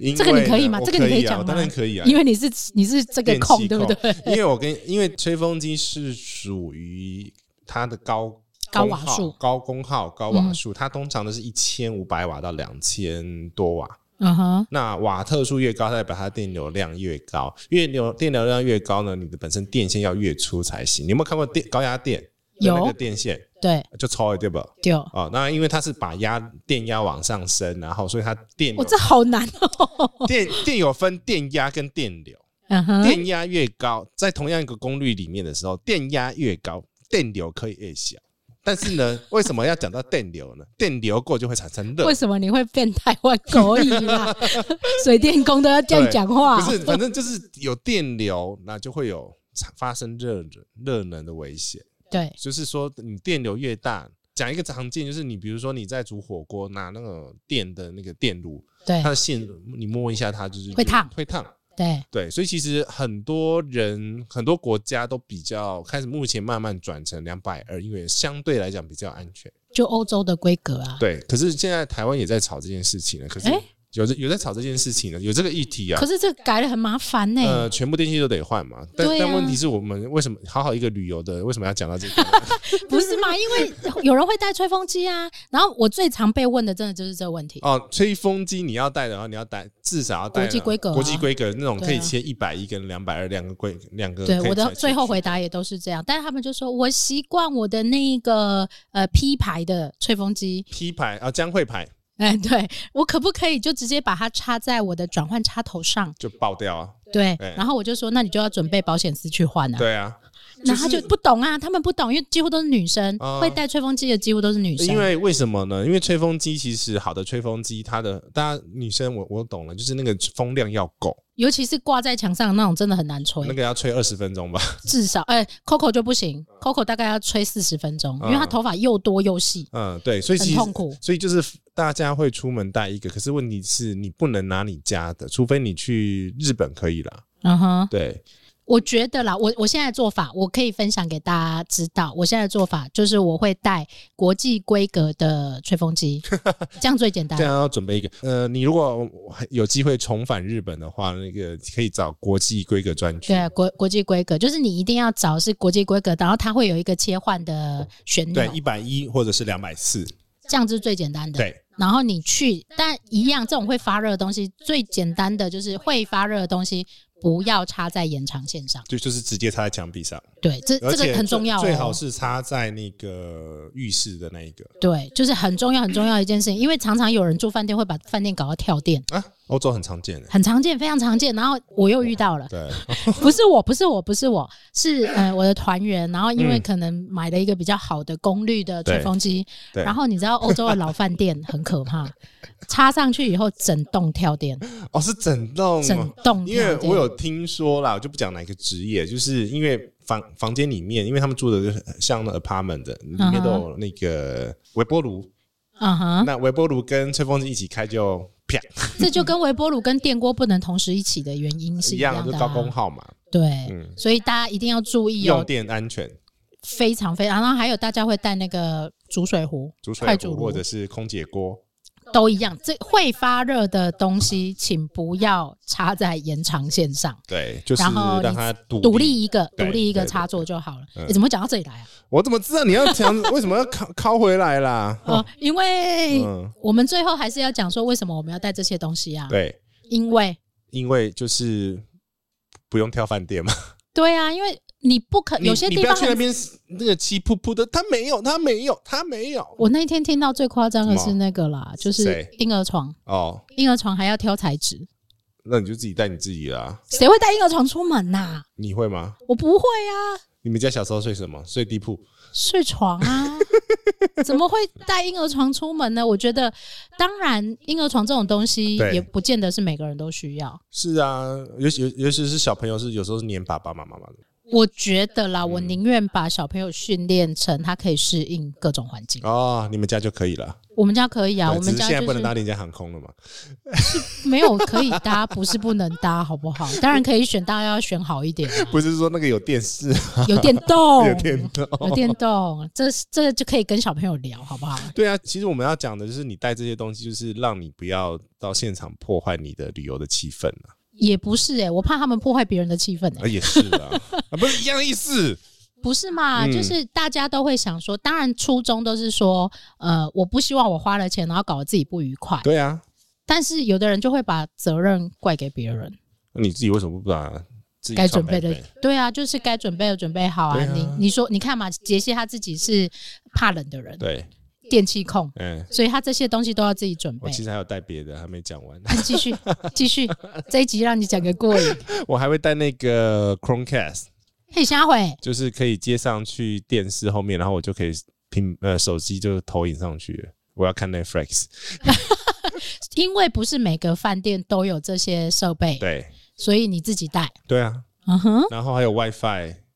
Speaker 3: 因为
Speaker 1: 这个你可以吗
Speaker 3: 我
Speaker 1: 这个你可以
Speaker 3: 啊
Speaker 1: 讲吗
Speaker 3: 当然可以啊，
Speaker 1: 因为你是你是这个控对不
Speaker 3: 电器控
Speaker 1: 对？
Speaker 3: 因为我跟因为吹风机是属于它的高
Speaker 1: 高
Speaker 3: 功
Speaker 1: 瓦
Speaker 3: 耗
Speaker 1: 数嗯
Speaker 3: 高功耗、高瓦数，它通常都是一千五百瓦到两千多瓦。
Speaker 1: 嗯哼，
Speaker 3: 那瓦特数越高，代表它电流量越高，越流电流量越高呢，你的本身电线要越粗才行。你有没有看过电高压电？
Speaker 1: 有
Speaker 3: 那个电线
Speaker 1: 对
Speaker 3: 就超了对吧？
Speaker 1: 对，
Speaker 3: 哦，那因为它是把压电压往上升，然后所以它电
Speaker 1: 我
Speaker 3: 流
Speaker 1: 这好难哦，
Speaker 3: 电电有分电压跟电流。
Speaker 1: 嗯哼，
Speaker 3: 电压越高，在同样一个功率里面的时候，电压越高，电流可以越小。但是呢，为什么要讲到电流呢？电流过就会产生热
Speaker 1: 为，什么你会变态换狗椅 啦？水电工都要这样讲话，啊
Speaker 3: 不是，反正就是有电流，那就会有产发生热能热能的危险。
Speaker 1: 对，
Speaker 3: 就是说，你电流越大，讲一个常见，就是你比如说你在煮火锅，拿那个电的那个电炉，
Speaker 1: 对
Speaker 3: 它的线你摸一下，它就是
Speaker 1: 哎会烫
Speaker 3: 会烫。
Speaker 1: 对，
Speaker 3: 对，所以其实很多人、很多国家都比较开始，目前慢慢转成两百二，因为相对来讲比较安全。
Speaker 1: 就欧洲的规格啊。
Speaker 3: 对，可是现在台湾也在吵这件事情了，可是
Speaker 1: 诶
Speaker 3: 有这有在吵这件事情了，有这个议题啊
Speaker 1: 可。是这个改了很麻烦呢、
Speaker 3: 呃，全部电器都得换嘛，但、
Speaker 1: 对啊
Speaker 3: 但问题是我们为什么好好一个旅游的，为什么要讲到这个？
Speaker 1: 不是嘛？因为有人会带吹风机啊。然后我最常被问的，真的就是这个问题。
Speaker 3: 哦，吹风机你要带的话，你要带至少要带
Speaker 1: 国际规格啊
Speaker 3: 国际规格那种可
Speaker 1: 对
Speaker 3: 以
Speaker 1: 啊
Speaker 3: 切一百一跟两百二两个规两个可
Speaker 1: 对
Speaker 3: 以拆出去。
Speaker 1: 我的最后回答也都是这样，但是他们就说我习惯我的那个呃 P 牌的吹风机，
Speaker 3: P 牌啊，将会牌
Speaker 1: 哎，对我可不可以就直接把它插在我的转换插头上？
Speaker 3: 就爆掉啊，
Speaker 1: 对，
Speaker 3: 哎
Speaker 1: 然后我就说那你就要准备保险丝去换啊。
Speaker 3: 对啊，
Speaker 1: 然后他
Speaker 3: 就
Speaker 1: 就是不懂啊，他们不懂，因为几乎都是女生，
Speaker 3: 啊
Speaker 1: 会带吹风机的几乎都是女生
Speaker 3: 因。为为什么呢？因为吹风机其实好的吹风机，它的大家女生我我懂了，就是那个风量要够，
Speaker 1: 尤其是挂在墙上的那种，真的很难吹，
Speaker 3: 那个要吹二十分钟吧。
Speaker 1: 至少哎、c o c o 就不行，Coco
Speaker 3: 啊
Speaker 1: 大概要吹四十分钟，因为她
Speaker 3: 嗯
Speaker 1: 头发又多又细，
Speaker 3: 嗯，对，所以
Speaker 1: 很
Speaker 3: 其实
Speaker 1: 痛苦
Speaker 3: 所以就是大家会出门带一个，可是问题是你不能拿你家的，除非你去日本可以啦。
Speaker 1: 嗯哼，
Speaker 3: 对，
Speaker 1: 我觉得啦，我我现在的做法，我可以分享给大家知道。我现在的做法就是我会带国际规格的吹风 机，这样最简单
Speaker 3: 这。样要准备一个。呃，你如果有机会重返日本的话，那个可以找国际规格专区。
Speaker 1: 对，啊国国际规格就是你一定要找是国际规格，然后它会有一个切换的旋钮
Speaker 3: 对，，一百一或者是两百四。
Speaker 1: 这样是最简单的。
Speaker 3: 对，
Speaker 1: 然后你去，但一样这种会发热的东西，最简单的就是会发热的东西不要插在延长线上。
Speaker 3: 就就是直接插在墙壁上。
Speaker 1: 对，这
Speaker 3: 而
Speaker 1: 这
Speaker 3: 且
Speaker 1: 个很重要、哦
Speaker 3: 最最好是插在那个浴室的那一个
Speaker 1: 对，就是很重要很重要的一件事情，因为常常有人住饭店会把饭店搞到跳电，
Speaker 3: 啊，欧洲很常见 的。
Speaker 1: 很常见，非常常见。然后我又遇到了，
Speaker 3: 对，
Speaker 1: 不是我，不是我，不是我，是呃我的团员。然后因为
Speaker 3: 嗯
Speaker 1: 可能买了一个比较好的功率的吹
Speaker 3: 对
Speaker 1: 风机，
Speaker 3: 对
Speaker 1: 然后你知道欧洲的老饭店很可怕，插上去以后整栋跳电，
Speaker 3: 哦，是整栋哦，
Speaker 1: 整栋
Speaker 3: 因为
Speaker 1: 跳电。
Speaker 3: 我有听说啦，我就不讲哪个职业，就是因为房房间里面，因为他们住的就是像那 apartment 的，里面都有那个微波炉，
Speaker 1: 嗯哼，
Speaker 3: 那微波炉跟吹风机一起开就啪
Speaker 1: 这就跟微波炉跟电锅不能同时一起的原因是
Speaker 3: 一
Speaker 1: 样
Speaker 3: 就
Speaker 1: 的、啊，
Speaker 3: 高功耗嘛，
Speaker 1: 对，
Speaker 3: 嗯，
Speaker 1: 所以大家一定要注意
Speaker 3: 用
Speaker 1: 哦，
Speaker 3: 电安全，
Speaker 1: 非常非常。然后还有大家会带那个煮水壶、
Speaker 3: 煮水
Speaker 1: 快
Speaker 3: 壶
Speaker 1: 煮
Speaker 3: 或
Speaker 1: 炉
Speaker 3: 者是空姐锅，
Speaker 1: 都一样，这会发热的东西，请不要插在延长线上，
Speaker 3: 对，就是
Speaker 1: 然后
Speaker 3: 让
Speaker 1: 你
Speaker 3: 它独
Speaker 1: 独立。一个，独
Speaker 3: 对
Speaker 1: 立一
Speaker 3: 对
Speaker 1: 个
Speaker 3: 对
Speaker 1: 插座就好了。
Speaker 3: 嗯
Speaker 1: 诶怎么讲到这里来啊？
Speaker 3: 我怎么知道你要 讲为什么要拷拷回来啦？
Speaker 1: 哦，因为
Speaker 3: 嗯，
Speaker 1: 我们最后还是要讲说，为什么我们要带这些东西啊？
Speaker 3: 对，
Speaker 1: 因为
Speaker 3: 因为就是不用挑饭店嘛，
Speaker 1: 对啊，因为你不可呃有些
Speaker 3: 你
Speaker 1: 地
Speaker 3: 你不要
Speaker 1: 方
Speaker 3: 去那
Speaker 1: 很。
Speaker 3: 边那个气噗噗的，他没有，他没有，他没有
Speaker 1: 我那一天听到最夸张的
Speaker 3: 什
Speaker 1: 是
Speaker 3: 么
Speaker 1: 那个啦，就是
Speaker 3: 谁
Speaker 1: 婴儿床，
Speaker 3: 哦，
Speaker 1: 婴儿床还要挑材质，
Speaker 3: 那你就自己带你自己啦。
Speaker 1: 谁会带婴儿床出门呐、
Speaker 3: 你会吗？
Speaker 1: 我不会啊，
Speaker 3: 你们家小时候睡什么？睡地铺？
Speaker 1: 睡床啊， 怎么会带婴儿床出门呢？我觉得，当然，婴儿床这种东西
Speaker 3: 对
Speaker 1: 也不见得是每个人都需要。
Speaker 3: 是啊，尤其尤其是小朋友是有时候是黏爸爸妈妈的。
Speaker 1: 我觉得啦，我
Speaker 3: 嗯
Speaker 1: 宁愿把小朋友训练成他可以适应各种环境。
Speaker 3: 哦，你们家就可以了。
Speaker 1: 我们家可以啊，
Speaker 3: 对
Speaker 1: 我们
Speaker 3: 只
Speaker 1: 家
Speaker 3: 是现在
Speaker 1: 就
Speaker 3: 不能搭
Speaker 1: 是
Speaker 3: 廉价航空了嘛。
Speaker 1: 没有可以搭，不是不能搭，好不好？当然可以选，大家要选好一点啊、啊
Speaker 3: 不是说那个有电视、
Speaker 1: 有电动，
Speaker 3: 有电脑。
Speaker 1: 有电动，这是这就可以跟小朋友聊，好不好？
Speaker 3: 对啊，其实我们要讲的就是你带这些东西，就是让你不要到现场破坏你的旅游的气氛啊。
Speaker 1: 也不是哎、我怕他们破坏别人的气氛哎、
Speaker 3: 啊，也是 啊，啊不是一样的意思。
Speaker 1: 不是嘛？
Speaker 3: 嗯
Speaker 1: 就是大家都会想说，当然初衷都是说，呃，我不希望我花了钱，然后搞得自己不愉快。
Speaker 3: 对啊，
Speaker 1: 但是有的人就会把责任怪给别人，
Speaker 3: 那你自己为什么不把自己
Speaker 1: 该
Speaker 3: 创
Speaker 1: 准
Speaker 3: 办
Speaker 1: 备
Speaker 3: 一
Speaker 1: 的
Speaker 3: 杯，
Speaker 1: 对啊，就是该准备的准备好啊。
Speaker 3: 对啊
Speaker 1: 你你说，你看嘛，杰西他自己是怕冷的人，
Speaker 3: 对，
Speaker 1: 电器控，
Speaker 3: 嗯，
Speaker 1: 所以他这些东西都要自己准
Speaker 3: 我
Speaker 1: 备。
Speaker 3: 其实还有带别的，还没讲完。
Speaker 1: 啊继续继续，这一集让你讲个过瘾。
Speaker 3: 我还会带那个 Chromecast，
Speaker 1: 嘿，瞎会。
Speaker 3: 就是可以接上去电视后面，然后我就可以屏呃手机就投影上去了。我要看 Netflix，
Speaker 1: 因为不是每个饭店都有这些设备，
Speaker 3: 对
Speaker 1: 所以你自己带。
Speaker 3: 对啊，
Speaker 1: 嗯哼，
Speaker 3: 然后还有 WiFi，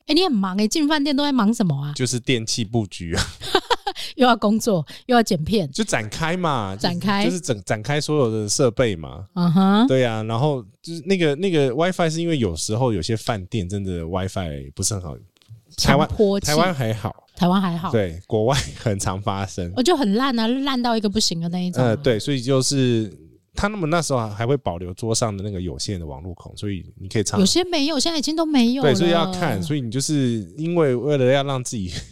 Speaker 1: 哎、你很忙哎、进饭店都在忙什么啊？
Speaker 3: 就是电器布局啊，
Speaker 1: 又要工作，又要剪片。
Speaker 3: 就展开嘛，就是
Speaker 1: 展开
Speaker 3: 就是展展开所有的设备嘛。
Speaker 1: 嗯 哼，
Speaker 3: 对啊，然后就是那个那个 WiFi 是因为有时候有些饭店真的 WiFi 不是很好，台湾
Speaker 1: 强迫器
Speaker 3: 台湾还好，
Speaker 1: 台湾还好，
Speaker 3: 对，国外很常发生。
Speaker 1: 我就很烂啊，烂到一个不行的那一种、
Speaker 3: 呃，，对，所以就是他们那时候还会保留桌上的那个有线的网络孔，所以你可以常
Speaker 1: 有些没有，现在已经都没有了。
Speaker 3: 对，所以要看，所以你就是因为为了要让自己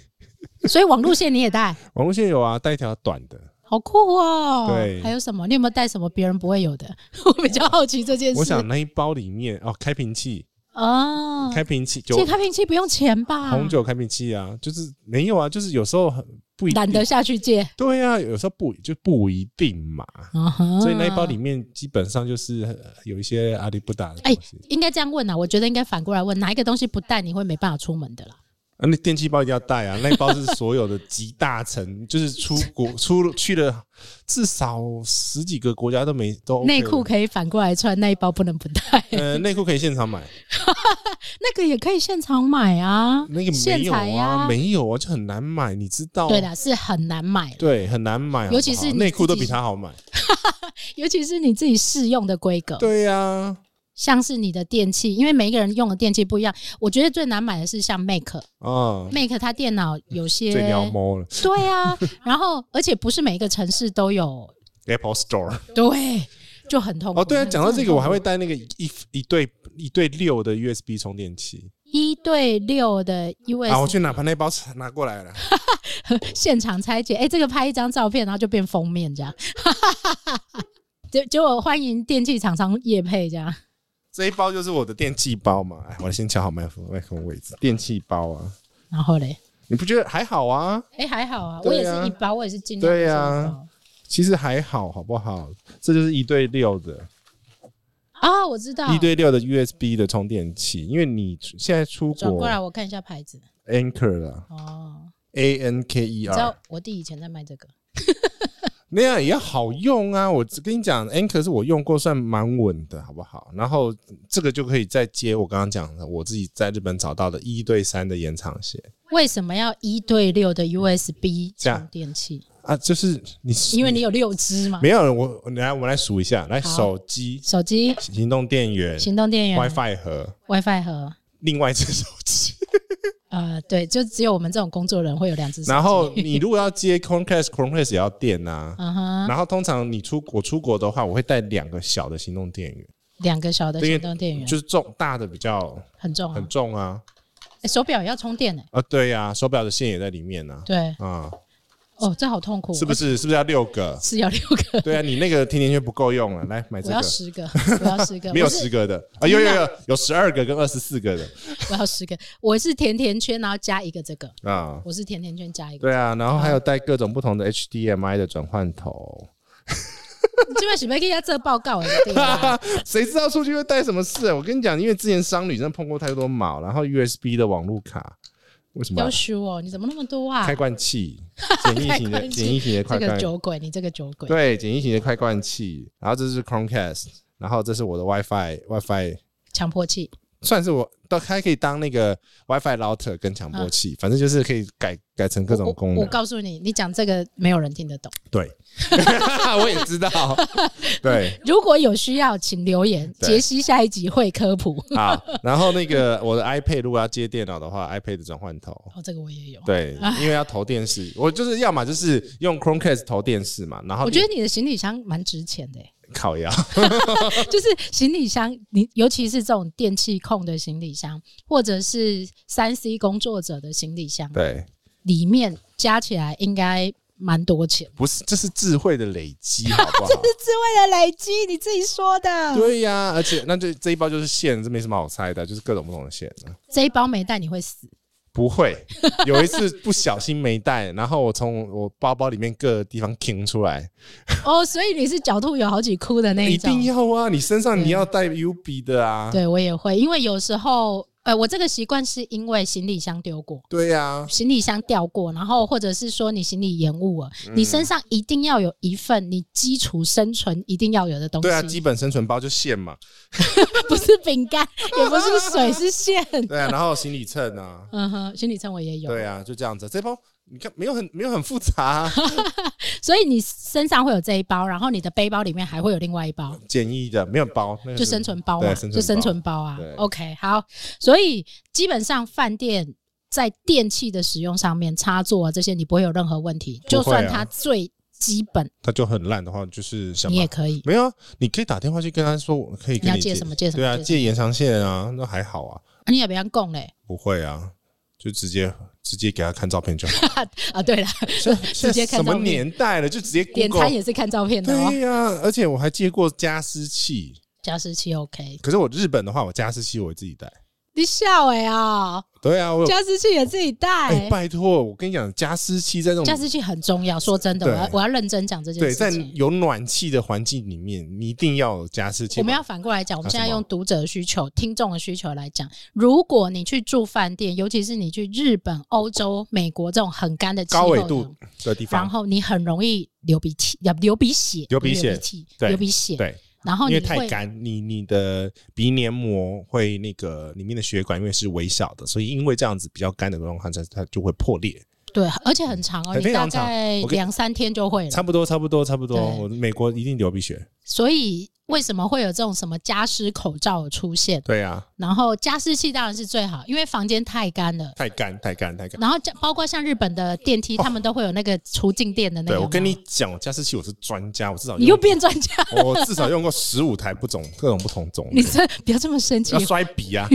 Speaker 1: 所以网路线你也带，
Speaker 3: 网络线有啊，带一条短的。
Speaker 1: 好酷哦。
Speaker 3: 对
Speaker 1: 还有什么？你有没有带什么别人不会有的？ 我比较好奇这件事。
Speaker 3: 我想那一包里面哦，开瓶器，
Speaker 1: 哦，
Speaker 3: 开瓶器
Speaker 1: 这
Speaker 3: 酒
Speaker 1: 个，开瓶器不用钱吧？
Speaker 3: 红酒开瓶器啊，就是没有啊，就是有时候很不一定
Speaker 1: 懒得下去借。
Speaker 3: 对啊，有时候不就不一定嘛。
Speaker 1: 嗯哼，
Speaker 3: 所以那一包里面基本上就是呃有一些阿里不达的东
Speaker 1: 哎
Speaker 3: 西。
Speaker 1: 应该这样问啊，我觉得应该反过来问，哪一个东西不带你会没办法出门的啦？
Speaker 3: 啊，那电器包一定要带啊！ 那一包是所有的集大成，就是出国 出去了至少十几个国家都没都 OK
Speaker 1: 内裤
Speaker 3: 了，
Speaker 1: 可以反过来穿，那一包不能不带。
Speaker 3: 呃，内裤可以现场买，
Speaker 1: 那个也可以现场买啊，
Speaker 3: 那个没
Speaker 1: 现
Speaker 3: 有
Speaker 1: 采
Speaker 3: 啊，
Speaker 1: 呀
Speaker 3: 没有啊，就很难买，你知道？
Speaker 1: 对，的，是很难买的，
Speaker 3: 对，很难买好不好，
Speaker 1: 尤其是你
Speaker 3: 内裤都
Speaker 1: 自己
Speaker 3: 比它好买。
Speaker 1: 尤其是你自己试用的规格，
Speaker 3: 对呀，
Speaker 1: 像是你的电器，因为每一个人用的电器不一样。我觉得最难买的是像 Mac，Mac
Speaker 3: 啊，
Speaker 1: 它电脑有些
Speaker 3: 最撩猫了
Speaker 1: 对 啊，然后而且不是每一个城市都有，
Speaker 3: ，Apple Store。
Speaker 1: 对，就很痛苦。
Speaker 3: 哦，对啊，
Speaker 1: 那
Speaker 3: 讲到
Speaker 1: 真的
Speaker 3: 这个，我
Speaker 1: 很
Speaker 3: 还
Speaker 1: 痛苦
Speaker 3: 会带那个一一对一对六的 USB 充电器
Speaker 1: 一对六的 US、
Speaker 3: 啊，我去拿把那包拿过来了。
Speaker 1: 现场拆解，哎、这个拍一张照片，然后就变封面这样。 结结果欢迎电器厂商业配这样，
Speaker 3: 这一包就是我的电器包嘛，哎，我先瞧好麦克麦克风位置。电器包啊，
Speaker 1: 然后嘞，
Speaker 3: 你不觉得还好啊？
Speaker 1: 哎、还好啊，我
Speaker 3: 对
Speaker 1: 也
Speaker 3: 啊
Speaker 1: 是一包，我也是尽量
Speaker 3: 对
Speaker 1: 呀、
Speaker 3: 啊其实还好，好不好？这就是一对六的，
Speaker 1: 啊，我知道，
Speaker 3: 一对六的 USB 的充电器，因为你现在出
Speaker 1: 转
Speaker 3: 国
Speaker 1: 过来我看一下牌子
Speaker 3: Anker 了
Speaker 1: 哦。
Speaker 3: ，A N K E
Speaker 1: 你知道
Speaker 3: R，
Speaker 1: 我弟以前在卖这个，
Speaker 3: 那样也要好用啊。我只跟你讲，Anker 是我用过算蛮稳的，好不好？然后这个就可以再接我刚刚讲的，我自己在日本找到的一对三的延长线。
Speaker 1: 为什么要一对六的 USB
Speaker 3: 这样
Speaker 1: 充电器？
Speaker 3: 啊，就是你
Speaker 1: 因为你有六只嘛
Speaker 3: 没。有我，我来我来数一下，来
Speaker 1: 好
Speaker 3: 手机、
Speaker 1: 手机、
Speaker 3: 行动电源、
Speaker 1: 行动电源、
Speaker 3: WiFi 盒，
Speaker 1: WiFi 和
Speaker 3: 另外一只手 机。
Speaker 1: 呃，对，就只有我们这种工作人会有两只手机。
Speaker 3: 然后你如果要接 Chromecast，Chromecast 也要电呐、
Speaker 1: 嗯哼，
Speaker 3: 然后通常你出我出国的话，我会带两个小的行动电源，
Speaker 1: 两个小的
Speaker 3: 因为
Speaker 1: 行动电源
Speaker 3: 就是重大的比较
Speaker 1: 很重
Speaker 3: 很
Speaker 1: 啊，
Speaker 3: 重啊，
Speaker 1: 诶哎手表也要充电呢。
Speaker 3: 啊对呀、手表的线也在里面呢、
Speaker 1: 哦对，
Speaker 3: 啊，
Speaker 1: 哦，这好痛苦哦，
Speaker 3: 是不是是不是要六个？
Speaker 1: 是要六个？
Speaker 3: 对啊，你那个甜甜圈不够用了，来买这
Speaker 1: 我要
Speaker 3: 个。
Speaker 1: 十个，我要十个，
Speaker 3: 没有
Speaker 1: 我是
Speaker 3: 十个的啊，有有有有十二个跟二十四个的
Speaker 1: 我要十个，我是甜甜圈，然后加一个这个，
Speaker 3: 啊，
Speaker 1: 我是甜甜圈加一个，
Speaker 3: 对啊，然后还有带各种不同的 HDMI 的转换头，
Speaker 1: 你这边准备给他这报告的对 吧？
Speaker 3: 谁知道出去会带什么事、啊？我跟你讲，因为之前商旅真的碰过太多毛，然后 USB 的网路卡，为什么啊
Speaker 1: 要修哦，你怎么那么多啊
Speaker 3: 开？罐 器，简易型
Speaker 1: 开
Speaker 3: 的
Speaker 1: 罐器
Speaker 3: 简易型的快
Speaker 1: 这个
Speaker 3: 罐，
Speaker 1: 酒鬼，你这个酒鬼，
Speaker 3: 对，简易型的快罐器，然后这是 Chromecast，然后这是我的 WiFi WiFi，
Speaker 1: 强迫器，
Speaker 3: 算是我到还可以当那个 WiFi router 跟强波器，反正就是可以改改成各种
Speaker 1: 嗯
Speaker 3: 功
Speaker 1: 我我
Speaker 3: 能
Speaker 1: 我。告诉你，你讲这个没有人听得懂。
Speaker 3: 对， 我也知道。对，
Speaker 1: 如果有需要，请留言。
Speaker 3: 对
Speaker 1: 杰西下一集会科普。
Speaker 3: 好，然后那个我的 iPad 如果要接电脑的话，iPad 的转换头。
Speaker 1: 哦，啊这个我也有。
Speaker 3: 对，因为要投电视，我就是要么就是用 Chromecast 投电视嘛，然后
Speaker 1: 我觉得你的行李箱蛮值钱的欸、
Speaker 3: 烤鸭，
Speaker 1: 就是行李箱，你尤其是这种电器控的行李箱，或者是三 C 工作者的行李箱，
Speaker 3: 对，
Speaker 1: 里面加起来应该蛮多钱。
Speaker 3: 不是，这是智慧的累 积，好不好？
Speaker 1: 是为了累积，你自己说的。
Speaker 3: 对呀、而且那就这一包就是线，这没什么好猜的，就是各种不同的线。啊
Speaker 1: 这一包没带你会 死，
Speaker 3: 不会，有一次不小心没带，然后我从我包包里面各个地方停出来，
Speaker 1: 哦，所以你是狡兔有好几窟的那
Speaker 3: 一
Speaker 1: 种。
Speaker 3: 定要啊！你身上
Speaker 1: 对
Speaker 3: 你要带 U B 的啊，
Speaker 1: 对我也会，因为有时候，呃，我这个习惯是因为行李箱丢过。
Speaker 3: 对啊呀、
Speaker 1: 行李箱掉过，然后或者是说你行李延误了，
Speaker 3: 嗯
Speaker 1: 你身上一定要有一份你基础生存一定要有的东西，
Speaker 3: 对啊，基本生存包就线嘛，
Speaker 1: 不是饼干，也不是水，是线。
Speaker 3: 对啊，然后行李秤啊，
Speaker 1: 嗯哼，行李秤我也 有，
Speaker 3: 对啊，就这样子。这包你看没有很没有很复杂、啊，
Speaker 1: 所以你身上会有这一包，然后你的背包里面还会有另外一包，
Speaker 3: 简易的，没有包，那个
Speaker 1: 就是生存包
Speaker 3: 对
Speaker 1: 嘛，
Speaker 3: 生存
Speaker 1: 就生
Speaker 3: 包
Speaker 1: 存包啊
Speaker 3: 对。
Speaker 1: OK，好，所以基本上饭店。在电器的使用上面，插座啊这些你不会有任何问题，
Speaker 3: 啊
Speaker 1: 就算它最基本，
Speaker 3: 它就很烂的话，就是想
Speaker 1: 你
Speaker 3: 办
Speaker 1: 也可以。
Speaker 3: 没有啊，你可以打电话去跟他说，我可以
Speaker 1: 你
Speaker 3: 跟
Speaker 1: 要借什么借什么？
Speaker 3: 对啊，
Speaker 1: 借什么
Speaker 3: 借延长线啊，那还好啊，
Speaker 1: 啊你也不要供嘞
Speaker 3: 不会啊，就直接直接给他看照片就 好。
Speaker 1: 啊！对了，
Speaker 3: 现在
Speaker 1: 直接
Speaker 3: 现在
Speaker 1: 看
Speaker 3: 什
Speaker 1: 照
Speaker 3: 么
Speaker 1: 片
Speaker 3: 年代了，就直接
Speaker 1: 点餐
Speaker 3: Google。
Speaker 1: 也是看照片的哦
Speaker 3: 对。呀、而且我还借过加湿器，
Speaker 1: 加湿器 OK，
Speaker 3: 可是我日本的话，我加湿器我自己带。
Speaker 1: 你笑哎啊！
Speaker 3: 对啊，我有
Speaker 1: 加湿器也自己
Speaker 3: 哎、
Speaker 1: 带，
Speaker 3: 拜托，我跟你讲，加湿器在这种
Speaker 1: 加湿器很重要。说真的，
Speaker 3: 嗯对
Speaker 1: 我要我要认真讲这件
Speaker 3: 对，在
Speaker 1: 事情。
Speaker 3: 有暖气的环境里面，你一定要有加湿器。
Speaker 1: 我们要反过来讲，我们
Speaker 3: 啊
Speaker 1: 现在
Speaker 3: 什么
Speaker 1: 用读者的需求、听众的需求来讲。如果你去住饭店，尤其是你去日本、欧洲、美国这种很干的气
Speaker 3: 高
Speaker 1: 候
Speaker 3: 纬
Speaker 1: 的
Speaker 3: 度的地
Speaker 1: 然
Speaker 3: 方，
Speaker 1: 后你很容易流鼻涕，呃流鼻血，
Speaker 3: 流鼻
Speaker 1: 不是
Speaker 3: 血
Speaker 1: 流鼻涕，
Speaker 3: 对
Speaker 1: 流鼻血。
Speaker 3: 对，
Speaker 1: 然后你
Speaker 3: 因为太
Speaker 1: 会
Speaker 3: 干，你你的鼻黏膜会那个里面的血管因为是微小的，所以因为这样子比较干的状况下，它就会破裂。
Speaker 1: 对，而且很长哦，
Speaker 3: 很
Speaker 1: 你大
Speaker 3: 非常长
Speaker 1: 概
Speaker 3: 我跟
Speaker 1: 两三天就会了。
Speaker 3: 差不多，差不多，差不多。
Speaker 1: 对
Speaker 3: 我美国一定流鼻血。
Speaker 1: 所以为什么会有这种什么加湿口罩的出现？
Speaker 3: 对啊，
Speaker 1: 然后加湿器当然是最好，因为房间太干了。
Speaker 3: 太干，太干，太干。
Speaker 1: 然后加包括像日本的电梯，他们都会有那个除静电的那
Speaker 3: 哦对
Speaker 1: 个。
Speaker 3: 我跟你，讲，我加湿器我是专家，我至少
Speaker 1: 你又
Speaker 3: 用
Speaker 1: 变专家，
Speaker 3: 我至少用过十五台不种各种不同种
Speaker 1: 你
Speaker 3: 类，
Speaker 1: 这不要这么生气
Speaker 3: 要，摔 笔啊，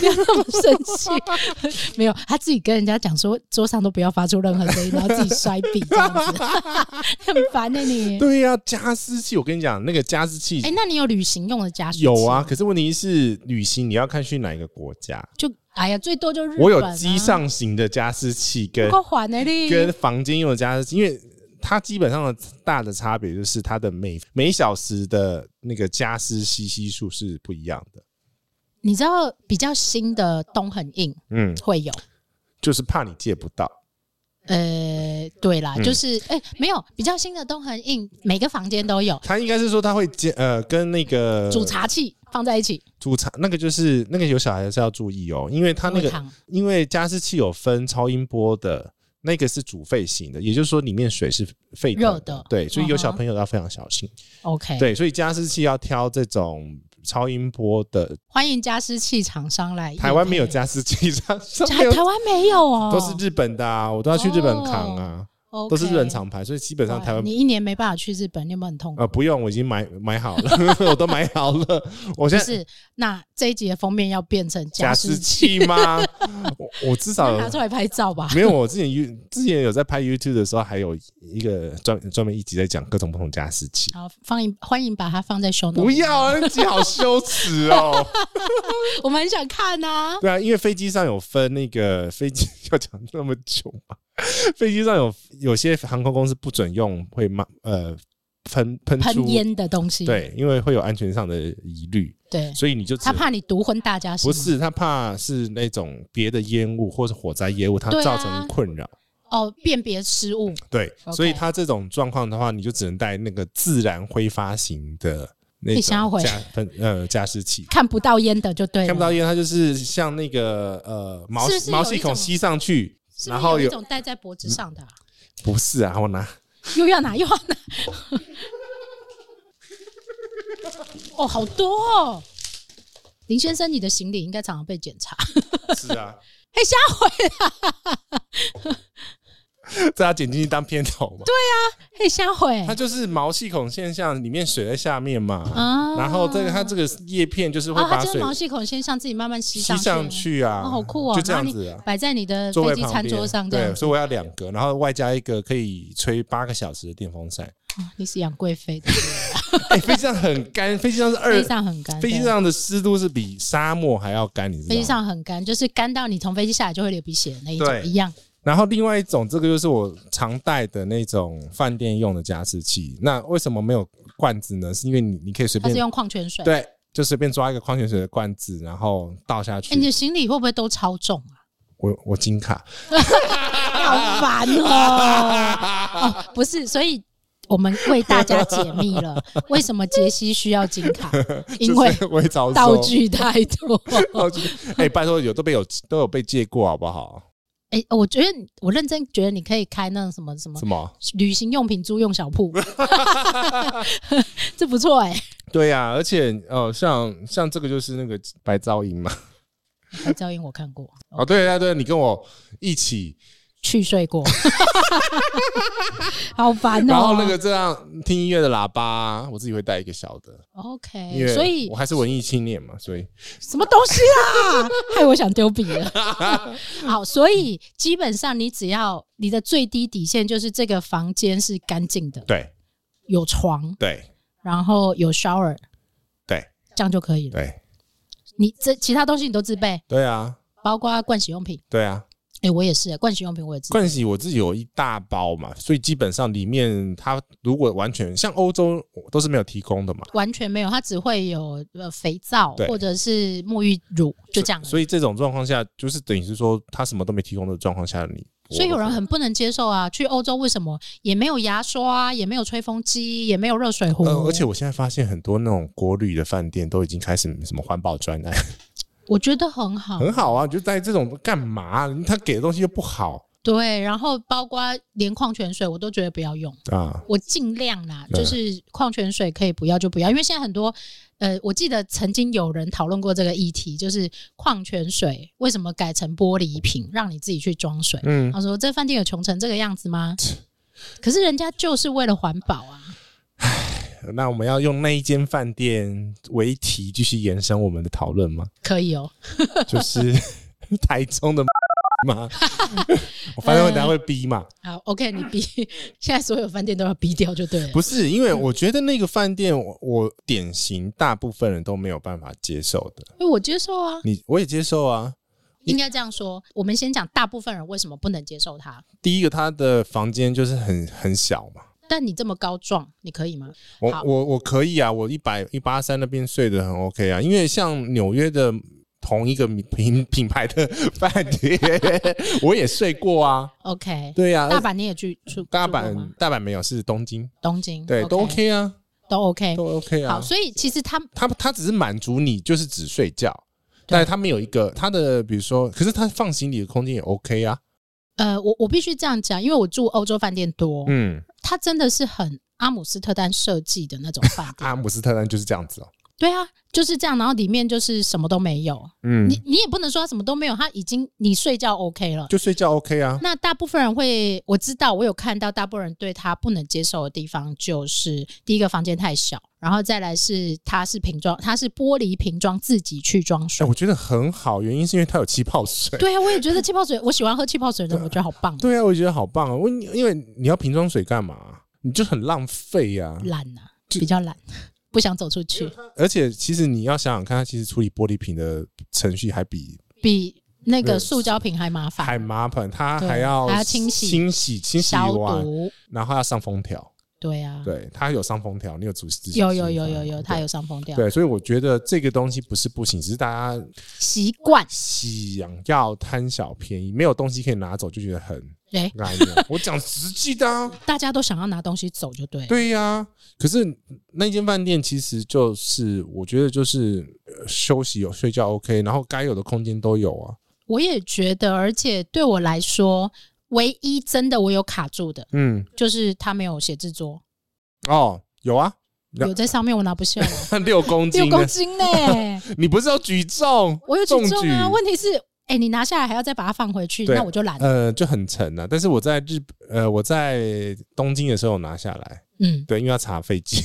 Speaker 1: 不要这么生气。 没有，他自己跟人家讲说，桌上都不要发出任何声音，然后自己摔笔这样子， 很烦呢、你。
Speaker 3: 对呀、加湿器，我跟你讲，那个加湿器
Speaker 1: 哎、那你有旅行用的加湿器？
Speaker 3: 有啊，，可是问题是，旅行你要看去哪一个国家。
Speaker 1: 就哎呀，最多就日本、啊。
Speaker 3: 我有机上型的加湿器跟
Speaker 1: 不够缓的你。
Speaker 3: 跟房间用的加湿器，因为它基本上的大的差别就是它的每每小时的那个加湿吸吸数是不一样的。
Speaker 1: 你知道比较新的冬很硬
Speaker 3: 嗯，
Speaker 1: 会有。
Speaker 3: 就是怕你借不到。
Speaker 1: 呃，对啦，
Speaker 3: 嗯
Speaker 1: 就是哎、没有比较新的东恒印，每个房间都有
Speaker 3: 它应该是说它会接呃跟那个
Speaker 1: 煮茶器放在一起，
Speaker 3: 煮茶那个就是那个有小孩是要注意哦，因为它那
Speaker 1: 会
Speaker 3: 个
Speaker 1: 烫
Speaker 3: 因为加湿器有分超音波的。那个是煮沸型的，也就是说里面水是沸腾
Speaker 1: 热的
Speaker 3: 对，所以有小
Speaker 1: 嗯哼
Speaker 3: 朋友要非常小心。
Speaker 1: OK，，
Speaker 3: 对，所以加湿器要挑这种超音波的。
Speaker 1: 欢迎加湿器厂商来业配。
Speaker 3: 台湾没有加湿器， 上 上
Speaker 1: 台，
Speaker 3: 面有
Speaker 1: 台湾没有哦，
Speaker 3: 都是日本的啊，我都要去日本扛啊，
Speaker 1: OK
Speaker 3: 都是日本厂牌，所以基本上
Speaker 1: 哇
Speaker 3: 台湾
Speaker 1: 你一年没办法去日本，你有没有很痛苦？
Speaker 3: 啊不用，我已经买买好了， 我都买好了，我现
Speaker 1: 不
Speaker 3: 在。
Speaker 1: 是，那这一集的封面要变成
Speaker 3: 加湿
Speaker 1: 湿，
Speaker 3: 器吗？我我至少
Speaker 1: 拿出来拍照吧。
Speaker 3: 没有，我之前 You 之前有在拍 YouTube 的时候，还有一个专专门一集在讲各种不同加湿器。
Speaker 1: 好，欢迎欢迎把它放在胸。
Speaker 3: 不要啊，那集好羞 耻哦！
Speaker 1: 我们很想看啊。
Speaker 3: 对啊，因为飞机上有分那个飞机要讲那么久吗？飞机上有有些航空公司不准用会骂呃喷喷出
Speaker 1: 喷烟的东西，
Speaker 3: 对，因为会有安全上的疑虑，
Speaker 1: 对，
Speaker 3: 所以你就只
Speaker 1: 他怕你毒昏大家，
Speaker 3: 不
Speaker 1: 吗
Speaker 3: 是他怕是那种别的烟雾或者火灾烟雾，它
Speaker 1: 对啊
Speaker 3: 造成困扰。
Speaker 1: 哦，辨别失误
Speaker 3: 对，
Speaker 1: OK
Speaker 3: 所以它这种状况的话，你就只能带那个自然挥发型的那
Speaker 1: 你想要
Speaker 3: 种
Speaker 1: 回
Speaker 3: 加喷呃加湿器。
Speaker 1: 看不到烟的就对了，
Speaker 3: 看不到烟，它就是像那个呃毛
Speaker 1: 是不是
Speaker 3: 毛
Speaker 1: 有一
Speaker 3: 细孔
Speaker 1: 种
Speaker 3: 吸上去，
Speaker 1: 是不
Speaker 3: 然
Speaker 1: 是
Speaker 3: 后
Speaker 1: 有一
Speaker 3: 有
Speaker 1: 种戴在脖子上的啊、
Speaker 3: 不是啊，我拿
Speaker 1: 又要拿又要 拿，哦，好多哦。林先生，你的行李应该常常被检查。
Speaker 3: 是 啊，
Speaker 1: 嘿，下回啊
Speaker 3: 这要剪进去当片头嘛？对，
Speaker 1: 嘿，下回
Speaker 3: 它就是毛细孔现象，里面水在下面嘛，
Speaker 1: 啊
Speaker 3: 然后这个它这个叶片就是会
Speaker 1: 啊，它
Speaker 3: 把
Speaker 1: 就是
Speaker 3: 水
Speaker 1: 毛细孔先像自己慢慢吸
Speaker 3: 吸
Speaker 1: 上
Speaker 3: 上，去啊，
Speaker 1: 哦好酷哦
Speaker 3: 就这样子啊。
Speaker 1: 摆在你的
Speaker 3: 座
Speaker 1: 呃飞
Speaker 3: 位
Speaker 1: 机
Speaker 3: 旁
Speaker 1: 餐
Speaker 3: 边
Speaker 1: 桌上这
Speaker 3: 对，
Speaker 1: 样子。
Speaker 3: 所以我要两个，然后外加一个可以吹八个小时的电风 扇。
Speaker 1: 哦你是杨贵妃，
Speaker 3: 哎、飞机上很干，飞机上是二
Speaker 1: 飞，机上很干，
Speaker 3: 飞机
Speaker 1: 对
Speaker 3: 上的湿度是比沙漠还要干，你知道吗？
Speaker 1: 飞机上很干，就是干到你从飞机下来就会流鼻血的那一
Speaker 3: 对
Speaker 1: 种一样。
Speaker 3: 然后另外一种，这个就是我常带的那种饭店用的加湿器。那为什么没有罐子呢？是因为你你可以随
Speaker 1: 它
Speaker 3: 便
Speaker 1: 是用矿泉水。
Speaker 3: 对，就随便抓一个矿泉水的罐子，然后倒下 去。
Speaker 1: 哎，你的行李会不会都超重啊？
Speaker 3: 我我金卡，
Speaker 1: 好烦哦！哦，不是，所以我们为大家解密了为什么杰西需要金 卡，因为
Speaker 3: 就是我会遭受
Speaker 1: 道。具太多。
Speaker 3: 道具， 哎、拜托，有都被有都有被借过，好不好？
Speaker 1: 哎，我觉得我认真觉得你可以开那种什么什么
Speaker 3: 什么？
Speaker 1: 旅行用品租用小铺， 这不错哎、
Speaker 3: 对呀、而且呃，像像这个就是那个白噪音嘛。
Speaker 1: 拍照因我看过，
Speaker 3: 哦，对对对，你跟我一起，
Speaker 1: 去睡 过， 好烦哦、
Speaker 3: 然后那个这样听音乐的喇叭，我自己会带一个小的，因
Speaker 1: OK，
Speaker 3: 为
Speaker 1: 哎所以
Speaker 3: 我还是文艺青年嘛，所以
Speaker 1: 什么东西啦，害我想丢笔 了。好，所以基本上你只要你的最低底线就是这个房间是干净的，
Speaker 3: 对
Speaker 1: 有床，
Speaker 3: 对
Speaker 1: 然后有 shower，
Speaker 3: 对
Speaker 1: 这样就可以了。
Speaker 3: 对
Speaker 1: 你这其他东西你都自备，
Speaker 3: 对啊
Speaker 1: 包括盥洗用品。
Speaker 3: 对啊，
Speaker 1: 哎、我也是，盥洗用品我也自备。
Speaker 3: 盥洗我自己有一大包嘛，所以基本上里面它如果完全像欧洲都是没有提供的嘛，
Speaker 1: 完全没有，它只会有呃肥皂
Speaker 3: 对
Speaker 1: 或者是沐浴乳，就这样而已。
Speaker 3: 所以这种状况下，就是等于是说他什么都没提供的状况下，你
Speaker 1: 所以有人很不能接受啊！去欧洲为什么也没有牙刷、也没有吹风机、也没有热水壶？
Speaker 3: 呃，而且我现在发现很多那种国旅的饭店都已经开始什么环保专案，
Speaker 1: 我觉得很好，
Speaker 3: 很好啊！你就带这种干嘛？他给的东西又不好
Speaker 1: 对。然后包括连矿泉水，我都觉得不要用，
Speaker 3: 啊！
Speaker 1: 我尽量啦，
Speaker 3: 对
Speaker 1: 就是矿泉水可以不要就不要，因为现在很多呃，我记得曾经有人讨论过这个议题，就是矿泉水为什么改成玻璃瓶，让你自己去装水。
Speaker 3: 嗯，
Speaker 1: 他说：“这饭店有穷成这个样子吗？可是人家就是为了环保啊。
Speaker 3: 那我们要用那一间饭店为题，继续延伸我们的讨论吗？”
Speaker 1: 可以哦，
Speaker 3: 就是 台中的 吗？我发现会等下会逼嘛？
Speaker 1: 好，OK，你逼， 现在所有饭店都要逼掉就对了。
Speaker 3: 不是，因为我觉得那个饭店，我我典型大部分人都没有办法接受的。
Speaker 1: 因为我接受啊，
Speaker 3: 你我也接受啊。
Speaker 1: 应该这样说。我们先讲大部分人为什么不能接受它。
Speaker 3: 第一个，他的房间就是很很小嘛。
Speaker 1: 但你这么高壮，你可以吗？
Speaker 3: 我
Speaker 1: 好
Speaker 3: 我我可以啊，我一百一八三那边睡得很 OK 啊，因为像纽约的同一个品品牌的饭店， 我也睡过啊。
Speaker 1: OK，
Speaker 3: 对呀、
Speaker 1: 大阪你也去去
Speaker 3: 大
Speaker 1: 去过
Speaker 3: 阪
Speaker 1: 吗
Speaker 3: 大阪没有，是东京，
Speaker 1: 东京，
Speaker 3: 对，都
Speaker 1: OK，
Speaker 3: OK 啊，
Speaker 1: 都 OK。
Speaker 3: 都 OK 啊。
Speaker 1: 好，所以其实他
Speaker 3: 他他只是满足你就是只睡觉，
Speaker 1: 对
Speaker 3: 但是他没有一个他的比如说，可是他放行李的空间也 OK 啊。
Speaker 1: 呃，我我必须这样讲，因为我住欧洲饭店多，
Speaker 3: 嗯，
Speaker 1: 它真的是很阿姆斯特丹设计的那种饭 店。
Speaker 3: 阿姆斯特丹就是这样子哦。
Speaker 1: 对啊，就是这样，然后里面就是什么都没有，
Speaker 3: 嗯，
Speaker 1: 你你也不能说它什么都没有，它已经你睡觉 OK 了。
Speaker 3: 就睡觉 OK 啊。
Speaker 1: 那大部分人会，我知道，我有看到大部分人对他不能接受的地方，就是第一个房间太小，然后再来是它是瓶装，它是玻璃瓶装自己去装
Speaker 3: 哎，
Speaker 1: 水。
Speaker 3: 我觉得很好，原因是因为它有气泡水。
Speaker 1: 对啊，我也觉得气泡水，我喜欢喝气泡水的，我觉得好棒，
Speaker 3: 对啊，我觉得好棒啊！我因为你要瓶装水干嘛？你就很浪费呀、
Speaker 1: 懒啊，比较懒，不想走出去，
Speaker 3: 而且其实你要想想看，它其实处理玻璃瓶的程序还比
Speaker 1: 比那
Speaker 3: 对
Speaker 1: 个塑胶瓶还麻
Speaker 3: 还
Speaker 1: 烦，
Speaker 3: 麻烦，它
Speaker 1: 对
Speaker 3: 还要
Speaker 1: 还要清洗
Speaker 3: 清洗、清洗
Speaker 1: 消
Speaker 3: 完，
Speaker 1: 毒。
Speaker 3: 然后要上封条。
Speaker 1: 对啊，
Speaker 3: 啊对，它有上封条，你有仔细
Speaker 1: 有有有有有，它
Speaker 3: 它
Speaker 1: 有上封掉，
Speaker 3: 啊对，所以我觉得这个东西不是不行，只是大家
Speaker 1: 习惯。
Speaker 3: 想要贪小便宜，没有东西可以拿走，就觉得很
Speaker 1: 哎，
Speaker 3: 哎呀我讲实际的、啊，
Speaker 1: 大家都想要拿东西走就对。
Speaker 3: 对呀、可是那间饭店其实就是，我觉得就是呃休息有睡觉 OK，然后该有的空间都有啊。
Speaker 1: 我也觉得，而且对我来说，唯一真的我有卡住的，
Speaker 3: 嗯，
Speaker 1: 就是他没有写字桌，
Speaker 3: 哦，有啊， 那
Speaker 1: 有在上面我拿不下 来，
Speaker 3: 六公
Speaker 1: 六
Speaker 3: 斤
Speaker 1: 公
Speaker 3: 的，
Speaker 1: 斤呢、
Speaker 3: 你不是要举重？
Speaker 1: 我有举重啊。
Speaker 3: 重举
Speaker 1: 问题是，哎、你拿下来还要再把它放回去，
Speaker 3: 对
Speaker 1: 那我就懒。
Speaker 3: 呃，就很沉啊。但是我在日呃我在东京的时候有拿下来，
Speaker 1: 嗯，
Speaker 3: 对，因为要查飞机。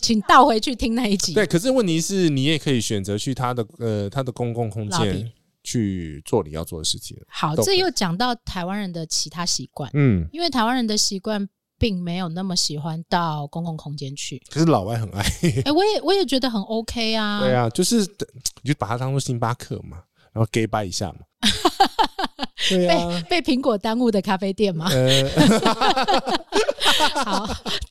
Speaker 1: 请倒回去听那一集。
Speaker 3: 对，可是问题是你也可以选择去它的呃它的公共空
Speaker 1: Lobby
Speaker 3: 间去做你要做的事情。
Speaker 1: 好，
Speaker 3: 都
Speaker 1: 这又讲到台湾人的其他习惯，
Speaker 3: 嗯，
Speaker 1: 因为台湾人的习惯并没有那么喜欢到公共空间 去。
Speaker 3: 可是老外很爱。
Speaker 1: 哎、我也我也觉得很 OK 啊。
Speaker 3: 对啊，就是你就把它当做星巴克嘛，然后 gay 掰一下嘛。对啊，，
Speaker 1: 被被苹果耽误的咖啡店嘛
Speaker 3: 呃，
Speaker 1: 好，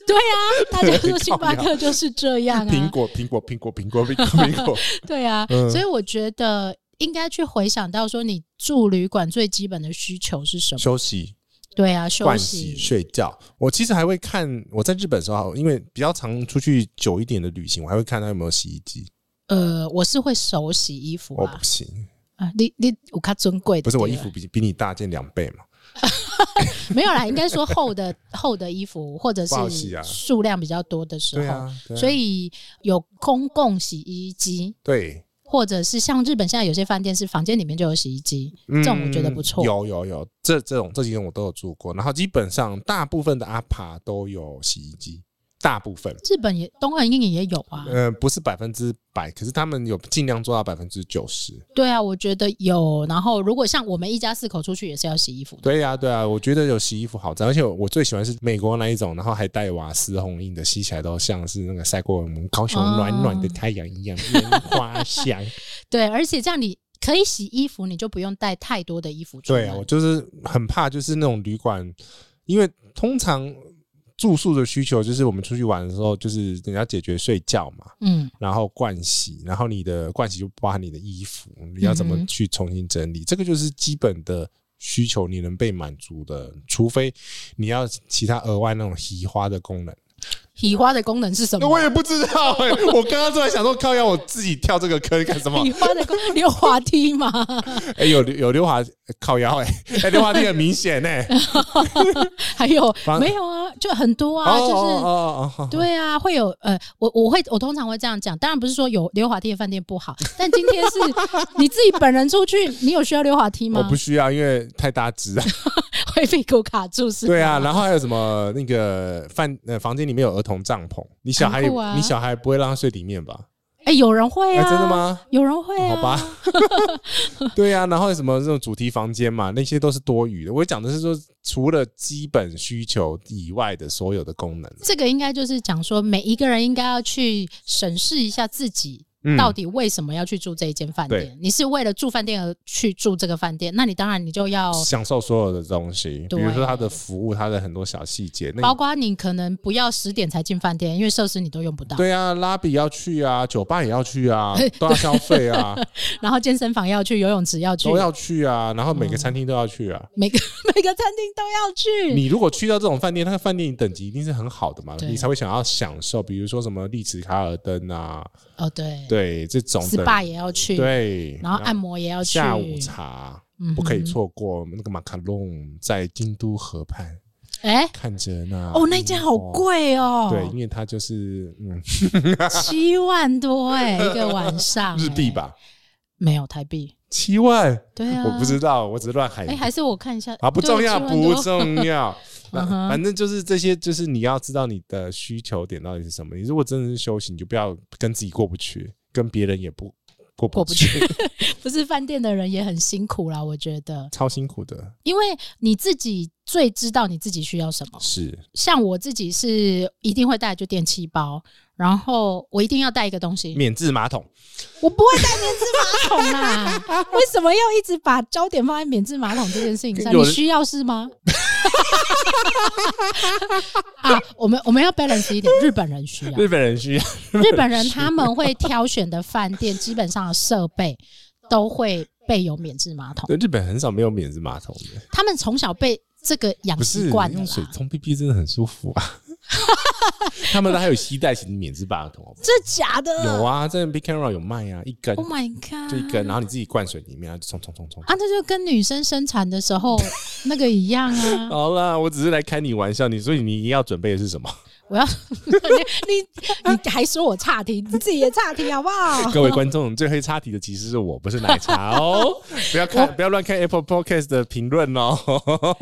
Speaker 1: 对啊，大家说星巴
Speaker 3: 靠
Speaker 1: 克就是这样
Speaker 3: 苹
Speaker 1: 啊，
Speaker 3: 果，苹果，苹果，苹果，苹果，苹果，
Speaker 1: 对啊，
Speaker 3: 嗯
Speaker 1: 所以我觉得应该去回想到说，你住旅馆最基本的需求是什么？
Speaker 3: 休息、
Speaker 1: 对啊， 休
Speaker 3: 盥洗、
Speaker 1: 息，
Speaker 3: 睡觉。我其实还会看，我在日本的时候，因为比较常出去久一点的旅行，我还会看它有没有洗衣机。
Speaker 1: 呃，我是会手洗衣服
Speaker 3: 我
Speaker 1: 啊
Speaker 3: 不，行，
Speaker 1: 啊，你你我看尊贵的，
Speaker 3: 不是我
Speaker 1: 对
Speaker 3: 衣
Speaker 1: 啊
Speaker 3: 服比比你大件两倍嘛？
Speaker 1: 没有啦，应该说厚的厚的衣服或者
Speaker 3: 不好洗啊
Speaker 1: 是数量比较多的时
Speaker 3: 对
Speaker 1: 候，
Speaker 3: 啊，对啊
Speaker 1: 哦所以有公共洗衣机。
Speaker 3: 对。
Speaker 1: 或者是像日本现在有些饭店是房间里面就有洗衣机，
Speaker 3: 这
Speaker 1: 种我觉得不错
Speaker 3: 嗯有有有，这这种这几种我都有住过，然后基本上大部分的阿帕都有洗衣机，大部分。
Speaker 1: 日本也东岸英也有啊，
Speaker 3: 呃，不是百分之百，可是他们有尽量做到百分之九十。
Speaker 1: 对啊，我觉得有。然后如果像我们一家四口出去也是要洗衣服的，
Speaker 3: 对呀、对呀、我觉得有洗衣服好脏，而且我最喜欢是美国那一种，然后还带瓦斯烘印的，洗起来都像是那个晒过我们高雄
Speaker 1: 哦
Speaker 3: 暖暖的太阳一样，烟花香。
Speaker 1: 对，而且这样你可以洗衣服，你就不用带太多的衣服出
Speaker 3: 对
Speaker 1: 门。
Speaker 3: 啊，我就是很怕，就是那种旅馆，因为通常住宿的需求就是我们出去玩的时候，就是人家解决睡觉嘛，
Speaker 1: 嗯，
Speaker 3: 然后盥洗，然后你的盥洗就包含你的衣服，你要怎么
Speaker 1: 嗯哼
Speaker 3: 去重新整理，这个就是基本的需求，你能被满足的，除非你要其他额外那种移花的功能。
Speaker 1: 洗花的功能是什
Speaker 3: 那我
Speaker 1: 么？
Speaker 3: 也不知道 哎、我刚刚突然想说，靠，要我自己跳这个坑干什么
Speaker 1: 洗？花的功， 你有滑梯吗？
Speaker 3: 哎、有有溜滑靠腰哎、哎、溜滑梯很明 显哎、
Speaker 1: 还有
Speaker 3: 反
Speaker 1: 没有啊？就很多啊，就是。
Speaker 3: 哦哦，
Speaker 1: 对啊，会有呃，我我会我通常会这样讲，当然不是说有溜滑梯的饭店不 好，但今天是你自己本人出去，你有需要溜滑梯
Speaker 3: 我
Speaker 1: 吗
Speaker 3: 不？需要，因为太大只啊。
Speaker 1: 会屁股卡住是吗？
Speaker 3: 对啊，然后还有什么那个饭呃房间里面有儿童帐篷，你小孩也
Speaker 1: 很酷啊
Speaker 3: 你小孩不会让他睡里面吧？
Speaker 1: 哎，有人会
Speaker 3: 哎，
Speaker 1: 啊，
Speaker 3: 真的？吗？
Speaker 1: 有人会啊，
Speaker 3: 好吧， 对啊，然后什么这种主题房间嘛，那些都是多余的。我讲的是说，除了基本需求以外的所有的功能，
Speaker 1: 这个应该就是讲说，每一个人应该要去审视一下自己
Speaker 3: 嗯
Speaker 1: 到底为什么要去住这一间饭店。
Speaker 3: 对
Speaker 1: 你是为了住饭店而去住这个饭店，那你当然你就要，
Speaker 3: 享受所有的东西，比
Speaker 1: 对啊
Speaker 3: 如说它的服务，它的很多小细节，那
Speaker 1: 包
Speaker 3: 个
Speaker 1: 括你可能不要十点才进饭店，因为设施你都用不到。
Speaker 3: 对啊，拉比要去啊，酒吧也要去 啊，都要消费啊，
Speaker 1: 然后健身房要去，游泳池要 去，嗯
Speaker 3: 都要去啊，然后每个餐厅都要去啊。
Speaker 1: 每个每个餐厅都要去。
Speaker 3: 你如果去到这种饭店，那个饭店等级一定是很好的嘛，
Speaker 1: 嗯对
Speaker 3: 你才会想要享受，比如说什么丽池卡尔登啊，
Speaker 1: 哦，对
Speaker 3: 对这种的
Speaker 1: ，SPA 也要去，
Speaker 3: 对，
Speaker 1: 然后按摩也要去，
Speaker 3: 下午茶，
Speaker 1: 嗯
Speaker 3: 不可以
Speaker 1: 哼。
Speaker 3: 错过那个马卡龙在京都河畔，
Speaker 1: 哎、
Speaker 3: 看着那
Speaker 1: 哦，那一间好
Speaker 3: 萤火。
Speaker 1: 贵哦，
Speaker 3: 对，因为它就是嗯
Speaker 1: 七万多哎、一个晚 上、
Speaker 3: 日币？吧，
Speaker 1: 没有台币。
Speaker 3: 七万，
Speaker 1: 对啊，
Speaker 3: 我不知道，我只是乱喊
Speaker 1: 哎、。还是我看一下
Speaker 3: 啊，不重要，
Speaker 1: 对7万多
Speaker 3: 不重 要。那
Speaker 1: 嗯哼
Speaker 3: 反正就是这些，就是你要知道你的需求点到底是什么。你如果真的是休息，你就不要跟自己过不去，跟别人也不
Speaker 1: 过
Speaker 3: 过不
Speaker 1: 不
Speaker 3: 去，
Speaker 1: 不是饭店的人也很辛苦啦，我觉得，
Speaker 3: 超辛苦的。
Speaker 1: 因为你自己最知道你自己需要什么。
Speaker 3: 是，
Speaker 1: 像我自己是一定会带就电器包，然后我一定要带一个东西，
Speaker 3: 免治马桶，
Speaker 1: 我不会带免治马桶啊啦。 为什么要一直把焦点放在免治马桶这件事情上？
Speaker 3: 有
Speaker 1: 你
Speaker 3: 人
Speaker 1: 需要是吗？ 啊，我们我们要 balance 一点，日本人需要，
Speaker 3: 日本人需要。
Speaker 1: 日本人他们会挑选的饭店，基本上的设备都会备有免治马桶
Speaker 3: 对，，日本很少没有免治马桶的，
Speaker 1: 他们从小被这个养
Speaker 3: 不
Speaker 1: 啊习
Speaker 3: 是
Speaker 1: 惯的
Speaker 3: 用水
Speaker 1: 啦。
Speaker 3: 冲 BB 真的很舒服啊。 他们还有吸带型免治马桶，好不好
Speaker 1: 这假的？
Speaker 3: 有啊，在 Big Camera 有卖啊，一根
Speaker 1: o h my god！
Speaker 3: 就一根，然后你自己灌水里面，然后就冲冲冲冲。
Speaker 1: 啊，这就跟女生生产的时候那个一样啊！
Speaker 3: 好啦，我只是来开你玩笑，你所以你要准备的是什么？
Speaker 1: 我要你你你还说我岔题，你自己也岔题好不 好？
Speaker 3: 各位观众，最会插题的其实是我，不是奶 茶哦。不要看，不要乱看 Apple Podcast 的评论哦。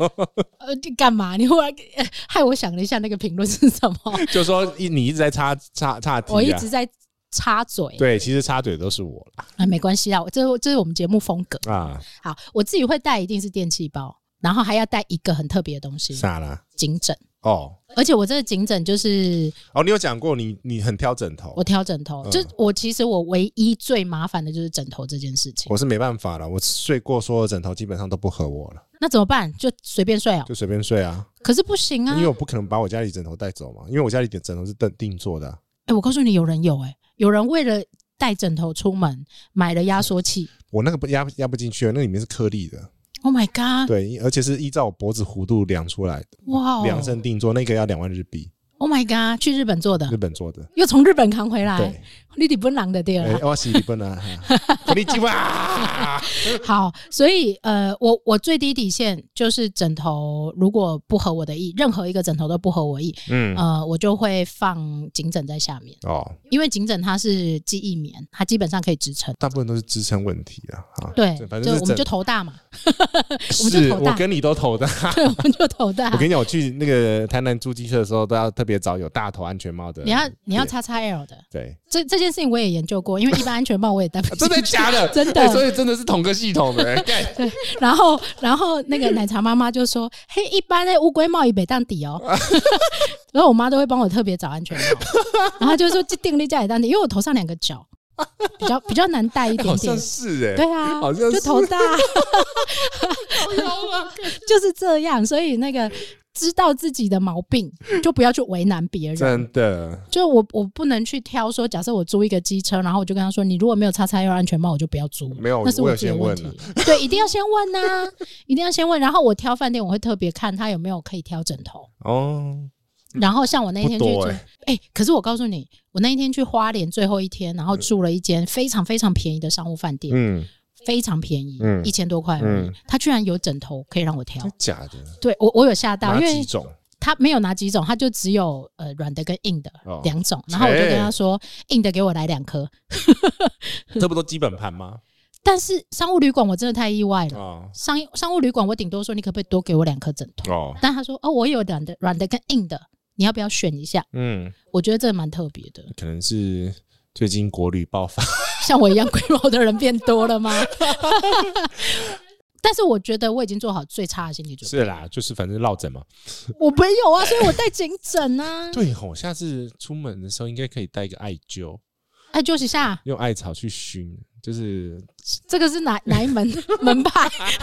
Speaker 1: 呃，你干嘛？你忽然 害我想了一下，那个评论是什么？
Speaker 3: 就说一你一直在插插插题、啊，
Speaker 1: 我一直在插嘴。
Speaker 3: 对，其实插嘴都是我
Speaker 1: 啊，没关系啦，我这这是我们节目风格。
Speaker 3: 啦啊，
Speaker 1: 好，我自己会带一定是电器包，然后还要带一个很特别的东西
Speaker 3: 傻啦
Speaker 1: ——颈枕。
Speaker 3: 哦
Speaker 1: 而且我这个颈枕就是
Speaker 3: 哦，你有讲过你你很挑枕头
Speaker 1: 我，挑枕头，
Speaker 3: 嗯
Speaker 1: 就我其实我唯一最麻烦的就是枕头这件事情。
Speaker 3: 我是没办法了，我睡过所有枕头基本上都不合我了，
Speaker 1: 那怎么办？就随便睡哦、
Speaker 3: 就随便睡啊，
Speaker 1: 可是不行啊
Speaker 3: 因！为我不可能把我家里枕头带走嘛，因为我家里的枕头是定定做的啊、
Speaker 1: 哎、我告诉你，有人有哎、有人为了带枕头出门买了压缩器。
Speaker 3: 我那个不压压不进去，啊那里面是颗粒的，
Speaker 1: Oh my god！
Speaker 3: 对，而且是依照我脖子弧度量出来的，
Speaker 1: 哇、哦
Speaker 3: 量身定做，那个要两万日币，
Speaker 1: ！Oh my god！去日本做
Speaker 3: 日
Speaker 1: 的，
Speaker 3: 本做的。
Speaker 1: 又从日本扛回来
Speaker 3: 对，，
Speaker 1: 你里不朗的对
Speaker 3: 哎
Speaker 1: 了，啦。
Speaker 3: 我是日本啊，こんに ちは。
Speaker 1: 好，所以呃，我我最低底线就是枕头，如果不合我的意，任何一个枕头都不合我意，
Speaker 3: 嗯，
Speaker 1: 呃，我就会放颈枕在下面，
Speaker 3: 哦，
Speaker 1: 因为颈枕它是记忆棉，它基本上可以支撑。
Speaker 3: 大部分都是支撑问题啊，啊，
Speaker 1: 对，
Speaker 3: 反
Speaker 1: 就
Speaker 3: 正
Speaker 1: 我们
Speaker 3: 是
Speaker 1: 就
Speaker 3: 枕，
Speaker 1: 头大嘛， 们就是头大啊
Speaker 3: 我跟你都头大。
Speaker 1: 对，我们就头大
Speaker 3: 我。跟你讲，我去那个台南租机车的时候，都要特别找有大头安全帽的。
Speaker 1: 你要你要
Speaker 3: 对
Speaker 1: 叉叉 L 的，
Speaker 3: 对，
Speaker 1: 这这件事情我也研究过，因为一般安全帽我也戴不
Speaker 3: 啊
Speaker 1: 进
Speaker 3: 真 的
Speaker 1: 去
Speaker 3: 假的？
Speaker 1: 真的
Speaker 3: 哎所以真的是同个系统 的。哎干
Speaker 1: 然后，然后那个奶茶妈妈就 说：“嘿，一般的乌龟帽也没当底哦。” 然后我妈都会帮我特别找安全帽，然后就说：“这定力家也当底，因为我头上两个角，比较比较难戴一
Speaker 3: 好
Speaker 1: 点
Speaker 3: 像
Speaker 1: 点。”
Speaker 3: 是哎，
Speaker 1: 对啊，
Speaker 3: 好像
Speaker 1: 就是头 大，就是这样。所以那个知道自己的毛病，就不要去为难别人。
Speaker 3: 真的。
Speaker 1: 就我我不能去挑说，假设我租一个机车，然后我就跟他说，你如果没有叉叉 L 安全帽，我就不要租。
Speaker 3: 没有
Speaker 1: 那是
Speaker 3: 我有
Speaker 1: 自己的
Speaker 3: 先
Speaker 1: 问
Speaker 3: 问
Speaker 1: 题
Speaker 3: 了。
Speaker 1: 对，一定要先问呐、一定要先问。然后我挑饭店，我会特别看他有没有可以挑枕头。
Speaker 3: 哦，
Speaker 1: 然后像我那一天去
Speaker 3: 不
Speaker 1: 住，
Speaker 3: 多
Speaker 1: 哎、
Speaker 3: 欸
Speaker 1: 可是我告诉你，我那一天去花莲最后一天，然后住了一间非常非常便宜的商务饭店，
Speaker 3: 嗯，
Speaker 1: 非常便宜，
Speaker 3: 嗯
Speaker 1: 一千多块而已。
Speaker 3: 嗯
Speaker 1: 他居然有枕头可以让我挑
Speaker 3: 真，假的？
Speaker 1: 对我我有吓到，
Speaker 3: 哪
Speaker 1: 因
Speaker 3: 几
Speaker 1: 为
Speaker 3: 种？
Speaker 1: 他没有哪几种，他就只有呃软的跟硬的
Speaker 3: 哦
Speaker 1: 两种。然后我就跟他说，硬的给我来两颗。
Speaker 3: 这不都基本盘吗？
Speaker 1: 但是商务旅馆我真的太意外了，
Speaker 3: 啊，
Speaker 1: 商商务旅馆我顶多说你可不可以多给我两颗枕头？
Speaker 3: 哦，
Speaker 1: 但他说哦，我有软的、软的跟硬的，你要不要选一下？
Speaker 3: 嗯，
Speaker 1: 我觉得这蛮特别的，
Speaker 3: 可能是最近国旅爆发，
Speaker 1: 像我一样龟毛的人变多了吗？ 但是我觉得我已经做好最差的心理准备，
Speaker 3: 是啦，就是反正落枕嘛。
Speaker 1: 我没有啊，所以我带颈枕啊，
Speaker 3: 对吼，下次出门的时候应该可以带一个艾灸，
Speaker 1: 哎，就是一下，
Speaker 3: 用艾草去熏， 就是
Speaker 1: 这个是哪哪一 门门派，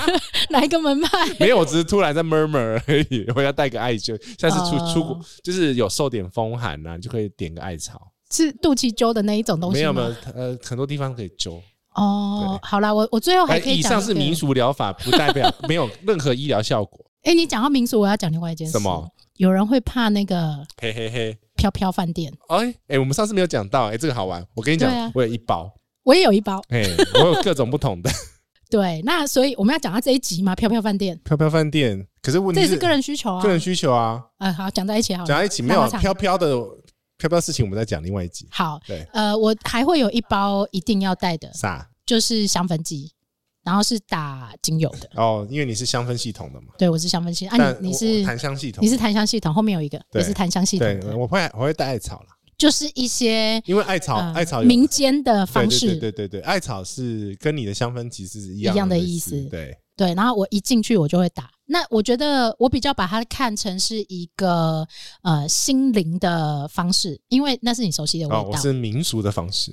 Speaker 1: 哪一个门派？
Speaker 3: 没有，我只是突然在 murmur 而已。我要带个艾灸，下次出、
Speaker 1: 哦
Speaker 3: 出国就是有受点风寒啊呐、你就可以点个艾草。
Speaker 1: 是肚脐揪的那一种东西
Speaker 3: 没有
Speaker 1: 吗？
Speaker 3: 没有，呃，很多地方可以灸。
Speaker 1: 哦，好啦，我我最后还
Speaker 3: 哎，
Speaker 1: 可以
Speaker 3: 以
Speaker 1: 讲
Speaker 3: 上
Speaker 1: 一
Speaker 3: 是
Speaker 1: 个
Speaker 3: 民。俗疗法，不代表 没有任何医疗效果。
Speaker 1: 哎，你讲到民俗，我要讲另外一件事。
Speaker 3: 什么？
Speaker 1: 有人会怕那个
Speaker 3: 嘿嘿嘿，
Speaker 1: 飘飘饭店，
Speaker 3: 哎哎，我们上次没有讲到，哎，这个好玩。我跟你讲，
Speaker 1: 对啊
Speaker 3: 我有一包，
Speaker 1: 我也有一包。
Speaker 3: 哎，我有各种不同的。
Speaker 1: 对，那所以我们要讲到这一集嘛，飘飘饭店，
Speaker 3: 飘飘饭店，可是问
Speaker 1: 这
Speaker 3: 题
Speaker 1: 也是个人需求啊。
Speaker 3: 嗯个人需求啊，
Speaker 1: 呃，好，讲在一起好了。
Speaker 3: 讲在一起没有
Speaker 1: 那
Speaker 3: 啊
Speaker 1: 我想
Speaker 3: 飘飘的飘飘事情，我们再讲另外一集。
Speaker 1: 好，
Speaker 3: 对，
Speaker 1: 呃，我还会有一包一定要带的，
Speaker 3: 啥？
Speaker 1: 就是香氛剂，然后是打精油 的。
Speaker 3: 哦，因为你是香氛系统的嘛，
Speaker 1: 对，我是香氛系啊，
Speaker 3: 但
Speaker 1: 你你
Speaker 3: 我
Speaker 1: 是
Speaker 3: 我檀香系统
Speaker 1: 你，是檀香系统，后面有一个
Speaker 3: 对
Speaker 1: 也是檀香系统
Speaker 3: 对，
Speaker 1: 的，
Speaker 3: 我会我会带艾草啦，
Speaker 1: 就是一些
Speaker 3: 因为艾草
Speaker 1: 呃
Speaker 3: 艾草有
Speaker 1: 民间的方
Speaker 3: 对对
Speaker 1: 式。
Speaker 3: 对对对，艾草是跟你的香氛其实是一
Speaker 1: 一样
Speaker 3: 的
Speaker 1: 的
Speaker 3: 意
Speaker 1: 意思
Speaker 3: 对，
Speaker 1: 对，然后我一进去我就会打。那我觉得我比较把它看成是一个呃心灵的方式，因为那是你熟悉的味
Speaker 3: 哦，
Speaker 1: 道
Speaker 3: 我。是民俗的方式，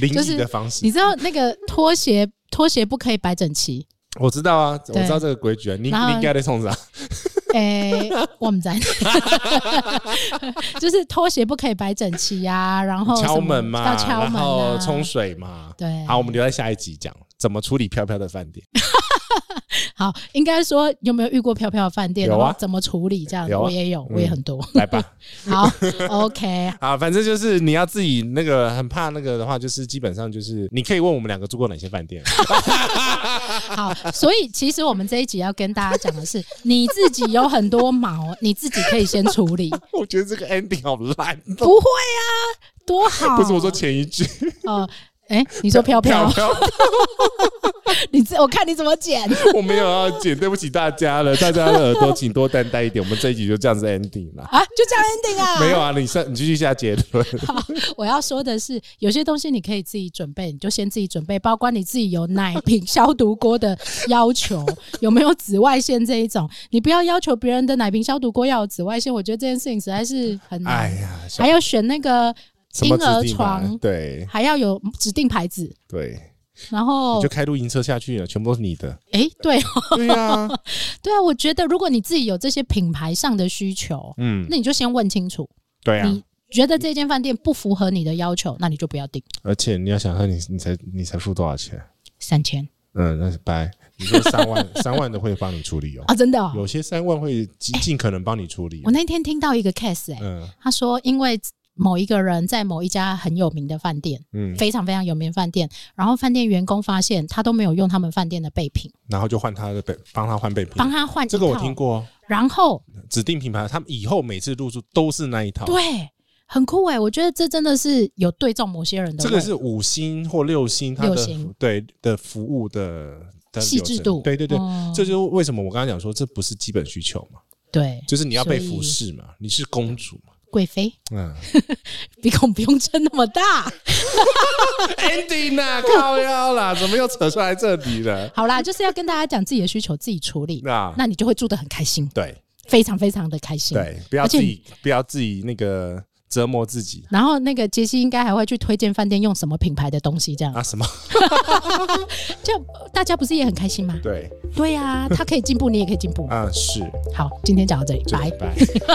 Speaker 3: 灵
Speaker 1: 就是
Speaker 3: 异的方式
Speaker 1: 你，知道那个拖鞋，拖鞋不可以摆整齐。
Speaker 3: 我知道啊，我
Speaker 1: 对
Speaker 3: 知道这个规矩啊，你你
Speaker 1: 然后
Speaker 3: 应该在冲啥？
Speaker 1: 诶、我们在， 就是拖鞋不可以摆整齐呀、然后
Speaker 3: 敲
Speaker 1: 哦什么
Speaker 3: 门嘛，
Speaker 1: 要敲
Speaker 3: 然
Speaker 1: 门
Speaker 3: 后
Speaker 1: 啊，
Speaker 3: 冲水嘛。
Speaker 1: 对，
Speaker 3: 好，我们留在下一集讲怎么处理飘飘的饭 店。
Speaker 1: 好，应该说有没有遇过飘飘的饭店，
Speaker 3: 有啊
Speaker 1: 然后怎么处理这样？
Speaker 3: 有啊
Speaker 1: 我也有，我也很多。
Speaker 3: 来吧，
Speaker 1: 好，OK，
Speaker 3: 啊，反正就是你要自己那个很怕那个的话，就是基本上就是你可以问我们两个住过哪些饭 店。
Speaker 1: 好，所以其实我们这一集要跟大家讲的是，你自己有很多毛，你自己可以先处理，
Speaker 3: 我觉得这个 ending 好烂哦，
Speaker 1: 不会啊，多好。
Speaker 3: 不是我说前一句
Speaker 1: 哦，哎、你说飘飘
Speaker 3: 飘， 飘，
Speaker 1: 你这我看你怎么剪。啊
Speaker 3: 我没有要剪，对不起大家了，大家的耳朵请多担待一点。我们这一集就这样子 ending 啦。
Speaker 1: 啊，就这样 ending 啊？
Speaker 3: 没有啊，你上你继续下结 论。
Speaker 1: 我要说的是，有些东西你可以自己准备，你就先自己准备，包括你自己有奶瓶消毒锅的要 求，有没有紫外线这一种，你不要要求别人的奶瓶消毒锅要有紫外线，我觉得这件事情实在是很
Speaker 3: 哎
Speaker 1: 难。
Speaker 3: 呀，
Speaker 1: 还要选那个
Speaker 3: 什么
Speaker 1: 婴儿
Speaker 3: 指定嘛
Speaker 1: 床，
Speaker 3: 对
Speaker 1: 还要有指定牌子，
Speaker 3: 对，
Speaker 1: 然
Speaker 3: 你
Speaker 1: 后
Speaker 3: 就开露营车下去了，全部都是你的。
Speaker 1: 哎、对
Speaker 3: 对呀，
Speaker 1: 对啊，我觉得如果你自己有这些品牌上的需求，
Speaker 3: 嗯，
Speaker 1: 那你就先问清楚，
Speaker 3: 对啊呀。
Speaker 1: 你觉得这间饭店不符合你的要求，那你就不要订
Speaker 3: 而且你要想看你你才你才付多少钱？
Speaker 1: 三千
Speaker 3: 嗯，那是拜。你 说三万三万的会帮你处理哦，
Speaker 1: 啊，真的、哦。
Speaker 3: 有些三万会尽尽可能帮你处理
Speaker 1: 我
Speaker 3: 哦。
Speaker 1: 那天听到一个 case 哎、
Speaker 3: 嗯
Speaker 1: 他说因为某一个人在某一家很有名的饭店，
Speaker 3: 嗯，
Speaker 1: 非常非常有名的饭店，然后饭店员工发现他都没有用他们饭店的备品，
Speaker 3: 然后就换他的备，帮他换备品。
Speaker 1: 帮他换一套
Speaker 3: 嗯这个我听，过哦，
Speaker 1: 然后
Speaker 3: 指定品牌，他们以后每次入住都是那一套。，
Speaker 1: 对，很酷哎、我觉得这真的是有对中某些人的
Speaker 3: 这
Speaker 1: 胃，
Speaker 3: 个是五星或六星，它
Speaker 1: 六
Speaker 3: 的
Speaker 1: 星
Speaker 3: 对的服务的的
Speaker 1: 细
Speaker 3: 流程
Speaker 1: 致度
Speaker 3: 对对对，
Speaker 1: 哦
Speaker 3: 这就是为什么我刚刚讲说这不是基本需求嘛，
Speaker 1: 对
Speaker 3: 就是你要被服
Speaker 1: 所以
Speaker 3: 侍嘛，你是公主嘛，
Speaker 1: 贵 妃
Speaker 3: 嗯
Speaker 1: 鼻孔不用撑那么大。
Speaker 3: ，ending 啊，靠腰啦，怎么又扯出来这里了？
Speaker 1: 好啦，就是要跟大家讲自己的需求自己处理，
Speaker 3: 那
Speaker 1: 那你就会住得很开心，
Speaker 3: 对
Speaker 1: 非常非常的开心。
Speaker 3: 对，不要
Speaker 1: 而
Speaker 3: 自
Speaker 1: 且
Speaker 3: 己不要自己那个折磨自己
Speaker 1: 然后那个杰西应该还会去推荐饭店用什么品牌的东西，这样
Speaker 3: 啊，什么？
Speaker 1: 就大家不是也很开心吗？
Speaker 3: 对
Speaker 1: 对呀、啊，他可以进步，你也可以进步。
Speaker 3: 啊，是，
Speaker 1: 好，今天讲到这里，
Speaker 3: 就
Speaker 1: 拜。
Speaker 3: 拜。